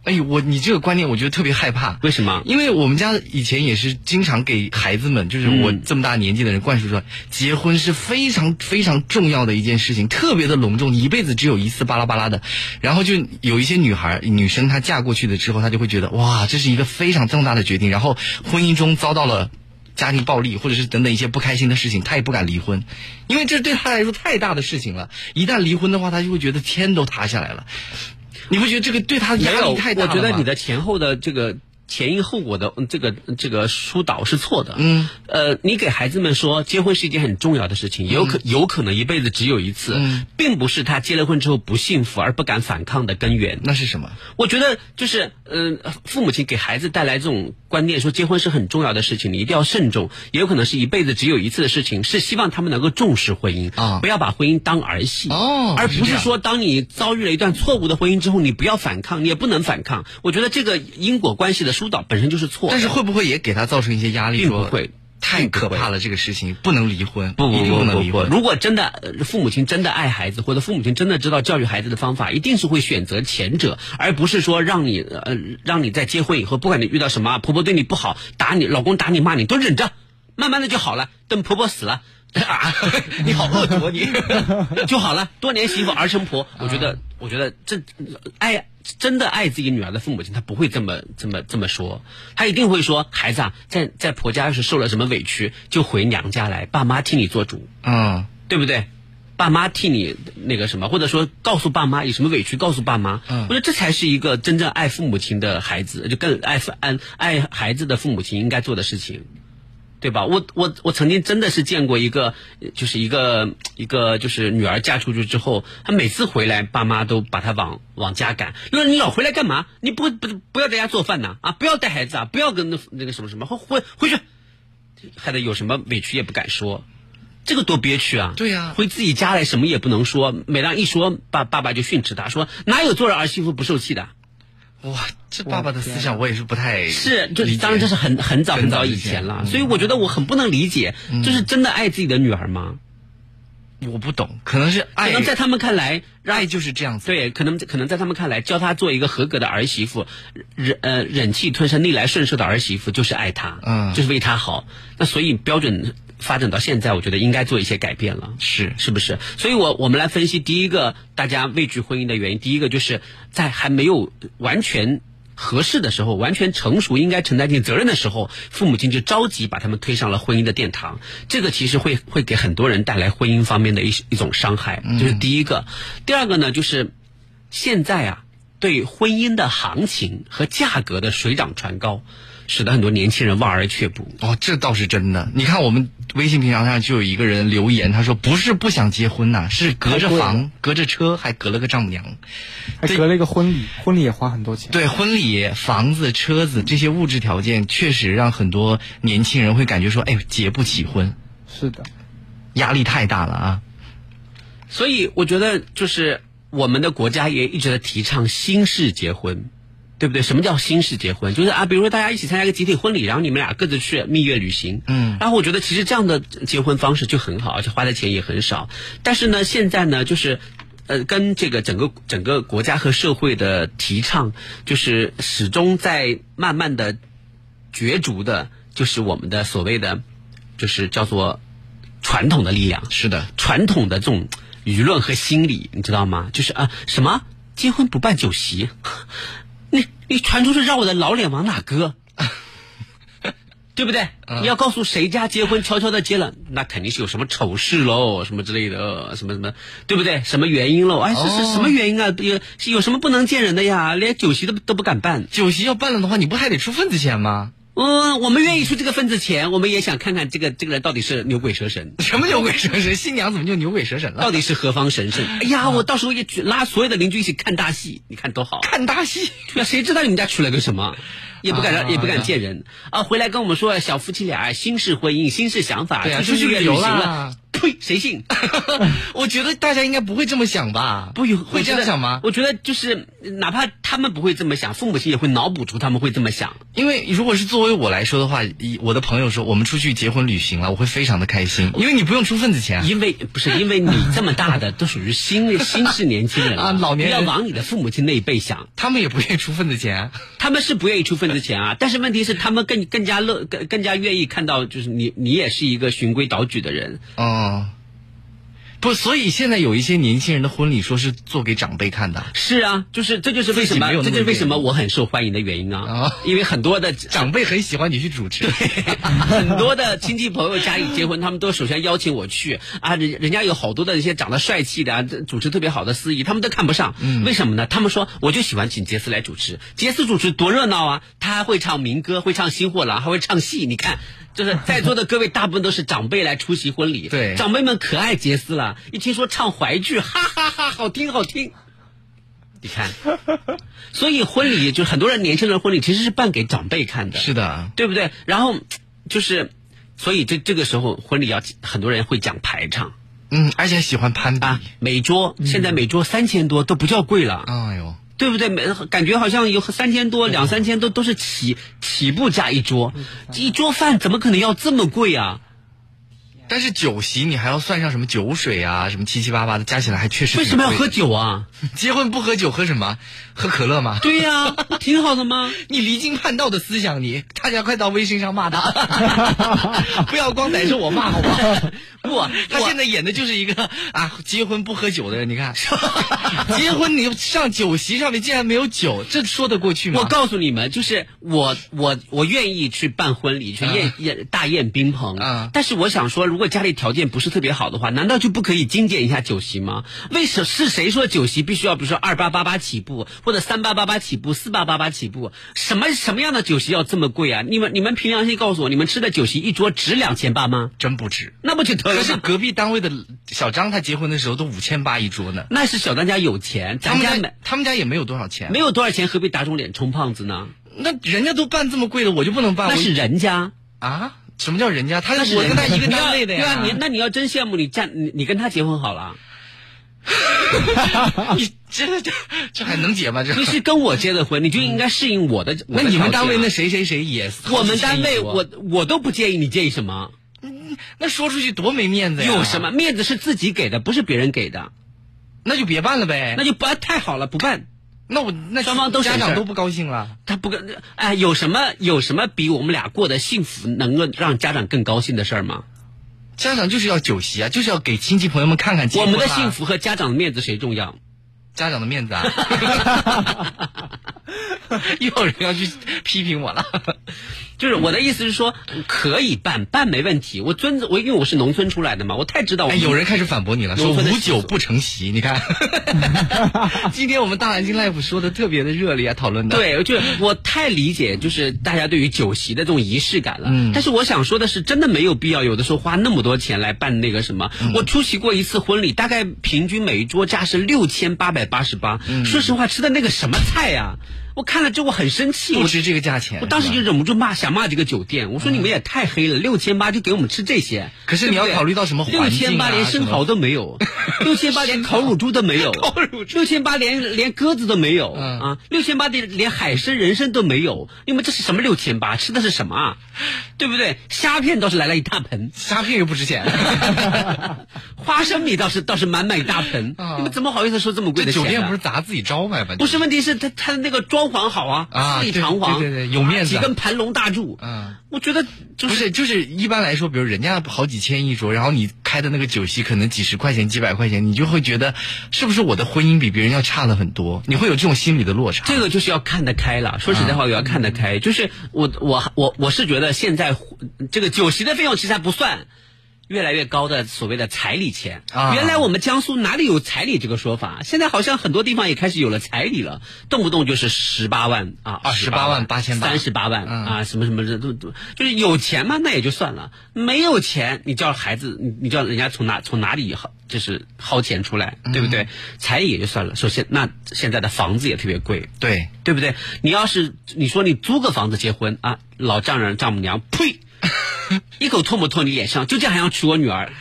Speaker 2: 哎呦，我你这个观念我觉得特别害怕。
Speaker 1: 为什么？
Speaker 2: 啊因为我们家以前也是经常给孩子们，就是我
Speaker 1: 嗯
Speaker 2: 这么大年纪的人灌输说，结婚是非常非常重要的一件事情，特别的隆重，你一辈子只有一次，巴拉巴拉的。然后就有一些女孩、女生，她嫁过去的之后，她就会觉得哇，这是一个非常重大的决定，然后婚姻中遭到了。家庭暴力，或者是等等一些不开心的事情，她也不敢离婚，因为这对她来说太大的事情了。一旦离婚的话，她就会觉得天都塌下来了。你不觉得这个对她
Speaker 1: 没
Speaker 2: 压
Speaker 1: 有，
Speaker 2: 力太大
Speaker 1: 我
Speaker 2: 了吗？
Speaker 1: 觉得你的前后的这个前因后果的嗯这个这个疏导是错的。
Speaker 2: 嗯，
Speaker 1: 呃，你给孩子们说结婚是一件很重要的事情，有可、有可能一辈子只有一次，
Speaker 2: 嗯
Speaker 1: 并不是他结了婚之后不幸福而不敢反抗的根源。
Speaker 2: 那是什么？
Speaker 1: 我觉得就是，嗯、父母亲给孩子带来这种观念，说结婚是很重要的事情，你一定要慎重，也有可能是一辈子只有一次的事情，是希望他们能够重视婚姻，
Speaker 2: 啊
Speaker 1: 不要把婚姻当儿戏，
Speaker 2: 哦
Speaker 1: 而
Speaker 2: 是
Speaker 1: 不
Speaker 2: 这
Speaker 1: 是
Speaker 2: 样
Speaker 1: 说当你遭遇了一段错误的婚姻之后，你不要反抗，你也不能反抗。我觉得这个因果关系的疏导本身就是错的，
Speaker 2: 但是会不会也给他造成一些压力
Speaker 1: 并
Speaker 2: 说？
Speaker 1: 不会。
Speaker 2: 太可怕了，这个事情不能离婚，
Speaker 1: 不
Speaker 2: 一
Speaker 1: 不
Speaker 2: 定
Speaker 1: 不
Speaker 2: 能
Speaker 1: 不
Speaker 2: 离
Speaker 1: 不，
Speaker 2: 婚。
Speaker 1: 如果真的呃父母亲真的爱孩子，或者父母亲真的知道教育孩子的方法，一定是会选择前者，而不是说让你呃让你在结婚以后，不管你遇到什么，婆婆对你不好，打你，老公打你骂你，都忍着，慢慢的就好了。等婆婆死了。 啊！你好恶毒啊，你 就好了。多年媳妇儿成婆，我觉得，我觉得这爱真的爱自己女儿的父母亲，他不会这么这么这么说，他一定会说：“孩子啊，在在婆家要是受了什么委屈，就回娘家来，爸妈替你做主。”
Speaker 2: 嗯，
Speaker 1: 对不对？爸妈替你那个什么，或者说告诉爸妈有什么委屈告诉爸妈，我觉得这才是一个真正爱父母亲的孩子，就更爱父爱爱孩子的父母亲应该做的事情。对吧？我我我曾经真的是见过一个，呃就是一个一个就是女儿嫁出去之后，她每次回来，爸妈都把她往往家赶，因为你老回来干嘛？你不不不要在家做饭呐、啊？不要带孩子啊？不要跟那那个什么什么回回回去，孩子有什么委屈也不敢说，这个多憋屈啊！对呀、回自己家来什么也不能说，每当一说，爸爸爸就训斥他说哪有做了儿媳妇不受气的？
Speaker 2: 哇，这爸爸的思想我也是不太
Speaker 1: 啊是，就
Speaker 2: 理解
Speaker 1: 当然这是很很早
Speaker 2: 很
Speaker 1: 很
Speaker 2: 早
Speaker 1: 早
Speaker 2: 以
Speaker 1: 以
Speaker 2: 前
Speaker 1: 前了，
Speaker 2: 嗯
Speaker 1: 所以我觉得我很不能理解，
Speaker 2: 嗯
Speaker 1: 这是真的爱自己的女儿吗？
Speaker 2: 我不懂，可能是爱
Speaker 1: 可能在他们看来，
Speaker 2: 爱就是这样子。
Speaker 1: 对，可能可能在他们看来，教她做一个合格的儿媳妇，忍呃忍气吞声、逆来顺受的儿媳妇就是爱她，
Speaker 2: 嗯
Speaker 1: 就是为她好。那所以标准发展到现在，我觉得应该做一些改变了，
Speaker 2: 是
Speaker 1: 是不是？所以我我们来分析第一个大家畏惧婚姻的原因，第一个就是在还没有完全。合适的时候，完全成熟，应该承担起责任的时候，父母亲就着急把他们推上了婚姻的殿堂。这个其实会会给很多人带来婚姻方面的一一种伤害，这是第一个。第二个呢，就是现在啊，对婚姻的行情和价格的水涨船高，使得很多年轻人望而却步。
Speaker 2: 哦，这倒是真的。你看我们微信平台上就有一个人留言，他说不是不想结婚呐、是隔着
Speaker 4: 太贵了
Speaker 2: 房、隔着车，还隔了个丈母娘。
Speaker 4: 还隔了一个婚礼，婚礼也花很多钱。
Speaker 2: 对，婚礼、房子、车子这些物质条件，确实让很多年轻人会感觉说，哎，结不起婚，
Speaker 4: 是的，
Speaker 2: 压力太大了啊。
Speaker 1: 所以我觉得，就是我们的国家也一直在提倡新式结婚，对不对？什么叫新式结婚？就是啊，比如说大家一起参加一个集体婚礼，然后你们俩各自去蜜月旅行。
Speaker 2: 嗯
Speaker 1: 然后我觉得其实这样的结婚方式就很好，而且花的钱也很少。但是呢，现在呢，就是。呃，跟这个整个整个国家和社会的提倡，就是始终在慢慢的角逐的，就是我们的所谓的，就是叫做传统的力量。
Speaker 2: 是的，
Speaker 1: 传统的这种舆论和心理，你知道吗？就是啊，什么结婚不办酒席， 你你传出去让我的老脸往哪搁？ 对不对？你要告诉谁家结婚悄悄的结了，那肯定是有什么丑事喽，什么之类的，呃什么什么，对不对？什么原因喽？哎，是是什么原因啊？有是有什么不能见人的呀？连酒席都不都不敢办。
Speaker 2: 酒席要办了的话，你不还得出份子钱吗？
Speaker 1: 嗯，我们愿意出这个份子钱，我们也想看看这个这个人到底是牛鬼蛇神。
Speaker 2: 什么牛鬼蛇神？新娘怎么就牛鬼蛇神
Speaker 1: 到
Speaker 2: 了？
Speaker 1: 底是何方神圣？
Speaker 2: 嗯
Speaker 1: 哎呀，我到时候也举拉所有的邻居一起看大戏，你看多好！
Speaker 2: 看大戏，
Speaker 1: 对啊，谁知道你们家娶了个什么？也不敢让，
Speaker 2: 啊
Speaker 1: 也不敢见人啊！回来跟我们说小夫妻俩新式婚姻、新式想法，
Speaker 2: 对啊
Speaker 1: 出去
Speaker 2: 出去
Speaker 1: 旅
Speaker 2: 旅游
Speaker 1: 行
Speaker 2: 啦
Speaker 1: 了，呸，谁信？
Speaker 2: 我觉得大家应该不会这么想吧？
Speaker 1: 不有
Speaker 2: 会这样想吗？
Speaker 1: 我觉得就是，哪怕他们不会这么想，父母亲也会脑补出他们会这么想。
Speaker 2: 因为如果是作为我来说的话，以我的朋友说我们出去结婚旅行了，我会非常的开心，因为你不用出份子钱啊。
Speaker 1: 因为不是因为你这么大的都属于新新式年轻人了
Speaker 2: 啊老年人
Speaker 1: 要往你的父母亲那一辈想。
Speaker 2: 他们也不愿意出份子钱啊，
Speaker 1: 他们是不愿意出份子钱
Speaker 2: 哎
Speaker 1: 啊，但是问题是他们更更加乐更更加愿意看到，就是你你也是一个循规蹈矩的人，
Speaker 2: 哦，不，所以现在有一些年轻人的婚礼说是做给长辈看的，
Speaker 1: 是啊，就是这就是为
Speaker 2: 自
Speaker 1: 什
Speaker 2: 己
Speaker 1: 么
Speaker 2: 没有那么
Speaker 1: 这就是为
Speaker 2: 愿意
Speaker 1: 什么我很受欢迎的原因啊，
Speaker 2: 啊
Speaker 1: 因为很多的
Speaker 2: 长辈很喜欢你去主持。
Speaker 1: 很多的亲戚朋友家里结婚，他们都首先邀请我去啊，人人家有好多的一些长得帅气的、啊、这主持特别好的司仪，他们都看不上，为什么呢？他们说我就喜欢请杰斯来主持，杰斯主持多热闹啊，他还会唱民歌，会唱新货郎，还会唱戏，你看。就是在座的各位，大部分都是长辈来出席婚礼，
Speaker 2: 对
Speaker 1: 长辈们可爱杰斯了，一听说唱淮剧， 哈哈哈，好听好听。你看，所以婚礼就很多人年轻人的婚礼其实是办给长辈看的，
Speaker 2: 是的，
Speaker 1: 对不对？然后就是，所以这这个时候婚礼要很多人会讲排场
Speaker 2: 嗯，而且喜欢攀比。
Speaker 1: 啊，每桌、
Speaker 2: 嗯
Speaker 1: 现在每桌三千多都不叫贵了，
Speaker 2: 哎呦，
Speaker 1: 对不对？每感觉好像有三千
Speaker 2: 嗯
Speaker 1: 多、两三千多都是起起步价一桌，一桌饭怎么可能要这么贵啊？
Speaker 2: 但是酒席你还要算上什么酒水啊，什么七七八八的，加起来还确实
Speaker 1: 为
Speaker 2: 挺
Speaker 1: 什么要
Speaker 2: 贵
Speaker 1: 喝
Speaker 2: 的？
Speaker 1: 酒啊？
Speaker 2: 结婚不喝酒，喝什么？喝可乐吗？
Speaker 1: 对 呀、不挺好的吗？
Speaker 2: 你离经叛道的思 想，你大家快到微信上骂他，不要光逮着我骂好不好？
Speaker 1: 不，
Speaker 2: 他现在演的就是一个啊，结婚不喝酒的人。你看， 结婚你上酒席上面竟然没有酒，这说得过去吗？
Speaker 1: 我告诉你们，就是我我我愿意去办婚礼，去
Speaker 2: 啊
Speaker 1: 宴宴、大宴宾朋啊。但是我想说，如果家里条件不是特别好的话，难道就不可以精简一下酒席吗？为什是谁说酒席必须要，比如说二八八八起步，或者三八八八起步，四八八八起步？什么什么样的酒席要这么贵啊？你们你们凭良心告诉我，你们吃的酒席一桌值两千八吗？
Speaker 2: 真不值，
Speaker 1: 那不就得了
Speaker 2: 可
Speaker 1: 吗？
Speaker 2: 是隔壁单位的小张，他结婚的时候都五千八一桌呢。
Speaker 1: 那是小张家有钱，
Speaker 2: 他
Speaker 1: 咱
Speaker 2: 们
Speaker 1: 家
Speaker 2: 家
Speaker 1: 没
Speaker 2: 他们家也没有多少钱，
Speaker 1: 没有多少钱，何必打肿脸充胖子呢？
Speaker 2: 那人家都办这么贵的，我就不能办？
Speaker 1: 那
Speaker 2: 我
Speaker 1: 是人家，
Speaker 2: 啊？什么叫人家？他
Speaker 1: 那是
Speaker 2: 我跟
Speaker 1: 人家
Speaker 2: 他一个单位的
Speaker 1: 对
Speaker 2: 呀
Speaker 1: 啊，。你那你要真羡慕你嫁你你跟他结婚好了，
Speaker 2: 啊你这这这还能结吗？这
Speaker 1: 你 是跟我结的婚，你就应该适应我的。
Speaker 2: 嗯
Speaker 1: 我
Speaker 2: 那
Speaker 1: 的
Speaker 2: 你们
Speaker 1: 条
Speaker 2: 单
Speaker 1: 件
Speaker 2: 位
Speaker 1: 啊
Speaker 2: 那谁谁谁也好几千一桌？
Speaker 1: 我们单位我我都不介意，你介意什么？
Speaker 2: 那说出去多没面子呀！
Speaker 1: 有什么？面子是自己给的，不是别人给的，
Speaker 2: 那就别办了呗。
Speaker 1: 那就不太好了，不办。
Speaker 2: 那我那
Speaker 1: 双方都
Speaker 2: 家
Speaker 1: 省事
Speaker 2: 长都不高兴了。
Speaker 1: 他不跟哎，有什么有什么比我们俩过得幸福，能够让家长更高兴的事儿吗？
Speaker 2: 家长就是要酒席啊，就是要给亲戚朋友们看看结
Speaker 1: 我
Speaker 2: 婚啊
Speaker 1: 们的幸福和家长的面子谁重要？
Speaker 2: 家长的面子 啊。又有人要去批评我了，
Speaker 1: 就是我的意思是说，可以办，办没问题。我尊我因为我是农村出来的嘛，我太知道我
Speaker 2: 哎，
Speaker 1: 们。
Speaker 2: 有人开始反驳你了，说
Speaker 1: 农村的
Speaker 2: 无
Speaker 1: 习俗
Speaker 2: 酒不成席。你 看，今天我们大南京 life 说的特别的热烈啊，讨论的。，
Speaker 1: 对，就是我太理解，就是大家对于酒席的这种仪式感了。
Speaker 2: 嗯
Speaker 1: 但是我想说的是，真的没有必要，有的时候花那么多钱来办那个什么。
Speaker 2: 嗯
Speaker 1: 我出席过一次婚礼，大概平均每一桌价是六千八百八十八。
Speaker 2: 嗯
Speaker 1: 说实话，吃的那个什么菜呀、我看了之后很生气，
Speaker 2: 不
Speaker 1: 我
Speaker 2: 值这个价钱。
Speaker 1: 我当时
Speaker 2: 是
Speaker 1: 就
Speaker 2: 吧，嗯
Speaker 1: 忍不住骂，想骂这个酒店。我说你们也太黑了，六千八就给我们吃这些。
Speaker 2: 可是你要考虑到什么
Speaker 1: 六
Speaker 2: 环境啊
Speaker 1: 千八连生蚝都没 有，六千八连烤乳猪都没有，六千八连连鸽子都没有
Speaker 2: 嗯，
Speaker 1: 啊，六千八连连海参、人参都没有。你们这是什么六千八？吃的是什么啊？对不对？虾片倒是来了一大盆
Speaker 2: 虾片又不值钱，
Speaker 1: 花生米倒是倒是满满一大盆
Speaker 2: 啊。
Speaker 1: 你们怎么好意思说这么 贵
Speaker 2: 这
Speaker 1: 的钱
Speaker 2: 酒
Speaker 1: 啊？
Speaker 2: 店不是砸自己招牌吗？
Speaker 1: 不是问题是他他的那个装潢好啊，
Speaker 2: 啊
Speaker 1: 富丽
Speaker 2: 对
Speaker 1: 堂皇，
Speaker 2: 对对对有面子啊
Speaker 1: 几根盘龙大柱。
Speaker 2: 嗯，
Speaker 1: 我觉得就
Speaker 2: 不
Speaker 1: 是
Speaker 2: 是，就是一般来说，比如人家好几千一桌，然后你开的那个酒席可能几十块钱、几百块钱，你就会觉得是不是我的婚姻比别人要差了很多？你会有这种心理的落差。
Speaker 1: 这个就是要看得开了。说实在话，我要看得开。就是我我我我是觉得现在这个酒席的费用其实还不算。越来越高的所谓的彩礼钱，
Speaker 2: 啊
Speaker 1: 原来我们江苏哪里有彩礼这个说法？现在好像很多地方也开始有了彩礼了，动不动就是十八万啊，二十
Speaker 2: 18万
Speaker 1: 万、
Speaker 2: 88
Speaker 1: 三十八万
Speaker 2: 嗯
Speaker 1: 啊，什么什么这都都，就是有钱嘛，那也就算了；没有钱，你叫孩子，你你叫人家从哪从哪里薅，就是薅钱出来，对不对？彩礼也就算了，首先那现在的房子也特别贵，
Speaker 2: 对，
Speaker 1: 对不对？你要是你说你租个房子结婚啊，老丈人丈母娘 呸，一口唾沫吐你脸上，就这样还想娶我女儿，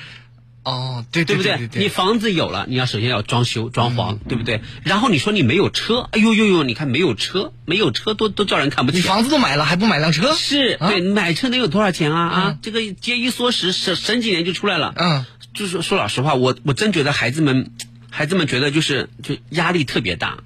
Speaker 2: 哦，对
Speaker 1: 对
Speaker 2: 不
Speaker 1: 不
Speaker 2: 对？嗯
Speaker 1: 你房子有了，你要首先要装修装潢，对不对？然后你说你没有车，哎呦呦呦，你看没有车，没有车都都叫人看不起。
Speaker 2: 你房子都买了，还不买辆车？
Speaker 1: 是、
Speaker 2: 啊
Speaker 1: 对买车能有多少钱啊？啊，这个节衣缩食，省省几年就出来了。
Speaker 2: 嗯，
Speaker 1: 就是说说老实话，我我真觉得孩子们，孩子们觉得就是就压力特别大，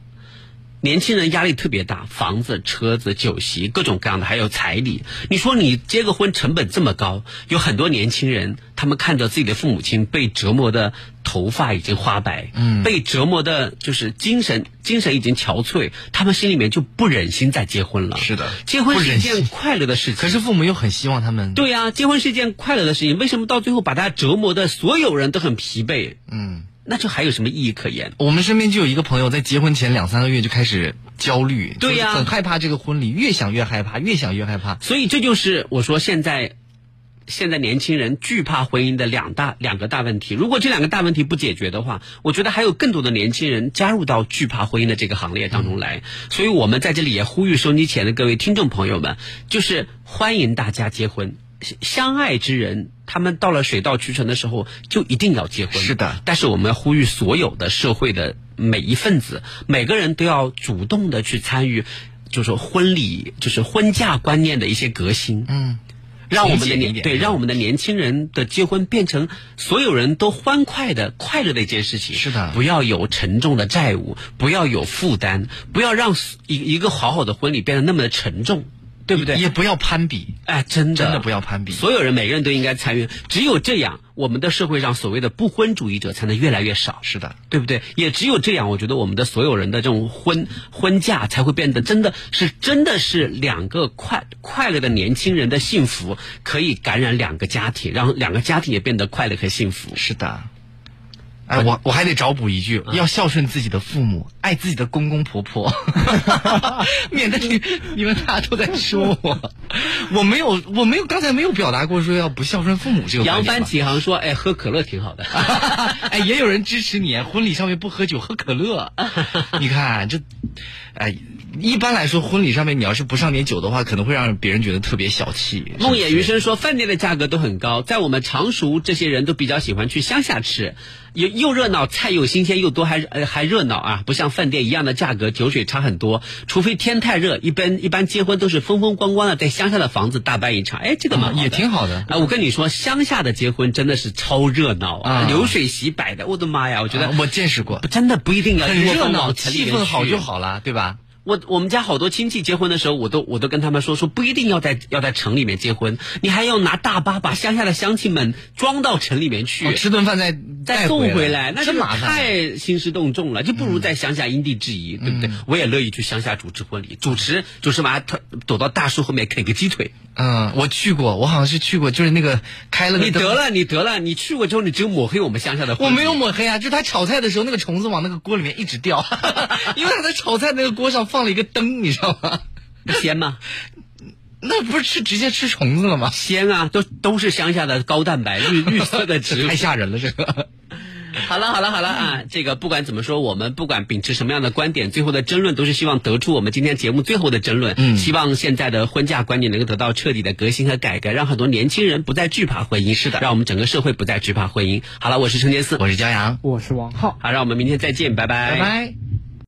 Speaker 1: 年轻人压力特别大，房子、车子、酒席各种各样的，还有彩礼。你说你结个婚成本这么高，有很多年轻人他们看着自己的父母亲被折磨的头发已经花白，嗯，被折磨的就是精神精神已经憔悴，他们心里面就不忍心再结婚了。
Speaker 2: 是的
Speaker 1: 结婚
Speaker 2: 不
Speaker 1: 是
Speaker 2: 忍
Speaker 1: 一
Speaker 2: 心
Speaker 1: 件快乐的事情。
Speaker 2: 可是父母又很希望他们
Speaker 1: 对呀、结婚是一件快乐的事情，为什么到最后把他折磨的所有人都很疲惫？
Speaker 2: 嗯，
Speaker 1: 那就还有什么意义可言？
Speaker 2: 我们身边就有一个朋友，在结婚前两三个月就开始焦虑，
Speaker 1: 对呀
Speaker 2: 就是很害怕这个婚礼，越想越害怕，越想越害怕。
Speaker 1: 所以这就是我说现在，现在年轻人惧怕婚姻的两大两个大问题。如果这两个大问题不解决的话，我觉得还有更多的年轻人加入到惧怕婚姻的这个行列当中
Speaker 2: 嗯
Speaker 1: 来。所以我们在这里也呼吁收音机前的各位听众朋友们，就是欢迎大家结婚。相爱之人，他们到了水到渠成的时候，就一定要结婚。
Speaker 2: 是的
Speaker 1: 但是我们要呼吁所有的社会的每一份子，每个人都要主动的去参与，就是婚礼，就是婚嫁观念的一些革新。
Speaker 2: 嗯，
Speaker 1: 让我们的
Speaker 2: 理解一
Speaker 1: 年
Speaker 2: 点
Speaker 1: 对，让我们的年轻人的结婚变成所有人都欢快的、快乐的一件事情。
Speaker 2: 是的
Speaker 1: 不要有沉重的债务，不要有负担，不要让一一个好好的婚礼变得那么的沉重。对不对？
Speaker 2: 也不要攀比，
Speaker 1: 哎，真的
Speaker 2: 真的不要攀比
Speaker 1: 所有人每个人都应该参与，只有这样，我们的社会上所谓的不婚主义者才能越来越少，
Speaker 2: 是的，
Speaker 1: 对不对？也只有这样，我觉得我们的所有人的这种婚婚嫁才会变得真的是真的是两个快快乐的年轻人的幸福，可以感染两个家庭，让两个家庭也变得快乐和幸福。
Speaker 2: 是的。
Speaker 1: 嗯
Speaker 2: 哎，我我还得找补一句，要孝顺自己的父母，爱自己的公公婆 婆，免得你你们大家都在说我，我没有我没有刚才没有表达过说要不孝顺父母这个观
Speaker 1: 杨
Speaker 2: 点吧
Speaker 1: 帆启航说：“哎，喝可乐挺好 的。
Speaker 2: 哎，也有人支持你，婚礼上面不喝酒，喝可 乐。你看这，哎，一般来说，婚礼上面你要是不上点酒的话，可能会让别人觉得特别小气”。
Speaker 1: 梦魇余
Speaker 2: 余生，
Speaker 1: 生说：“饭店的价格都很高，在我们常熟这些人都比较喜欢去乡下吃，又又热闹，菜又新鲜又多，还呃还热闹啊！不像饭店一样的价格，酒水差很多。除非天太热，一般一般结婚都是风风光光的，在乡下的房子大办一场。哎，这个蛮好的
Speaker 2: 也挺好的。
Speaker 1: 啊，我跟你说，乡下的结婚真的是超热闹
Speaker 2: 啊
Speaker 1: 流水席摆的，我的妈呀！我觉得、
Speaker 2: 啊我见识过
Speaker 1: 不，真的不一定要
Speaker 2: 很
Speaker 1: 一窝
Speaker 2: 热
Speaker 1: 蜂
Speaker 2: 闹，
Speaker 1: 往城里
Speaker 2: 气
Speaker 1: 面
Speaker 2: 氛好
Speaker 1: 去
Speaker 2: 就好了，对吧？
Speaker 1: 我我们家好多亲戚结婚的时候，我都我都跟他们说说不一定要在要在城里面结婚，你还要拿大巴把乡下的乡亲们装到城里面去，
Speaker 2: 哦吃顿饭再
Speaker 1: 再送回
Speaker 2: 回
Speaker 1: 来，那
Speaker 2: 真
Speaker 1: 就是
Speaker 2: 麻烦。啊嗯
Speaker 1: 太兴师动众了，就不如在乡下因地制宜，对不对？我也乐意去乡下主持婚礼，主持主持完，他躲到大树后面啃个鸡腿。
Speaker 2: 嗯，我去过，我好像是去过，就是那个开了个
Speaker 1: 你
Speaker 2: 灯
Speaker 1: 得，了，你得了，你去过之后，你只有抹黑我们乡下的婚
Speaker 2: 呃
Speaker 1: 礼。
Speaker 2: 我没有抹黑啊，就是他炒菜的时候，那个虫子往那个锅里面一直掉， 因为他在炒菜那个锅上放了一个灯，你知道吗？
Speaker 1: 不鲜吗？
Speaker 2: 那不是吃直接吃虫子了吗？
Speaker 1: 鲜啊，都都是乡下的高蛋白绿绿色的植物
Speaker 2: 太。吓人了，这个。
Speaker 1: 好了好了好了啊！这个不管怎么说，我们不管秉持什么样的观点，最后的争论都是希望得出我们今天节目最后的争论。嗯，希望现在的婚嫁观念能够得到彻底的革新和改革，让很多年轻人不再惧怕婚姻。是的，让我们整个社会不再惧怕婚姻。好了，我是陈杰思，
Speaker 2: 我是骄阳，
Speaker 4: 我是王浩。
Speaker 1: 好，让我们明天再见，拜拜，
Speaker 2: 拜拜。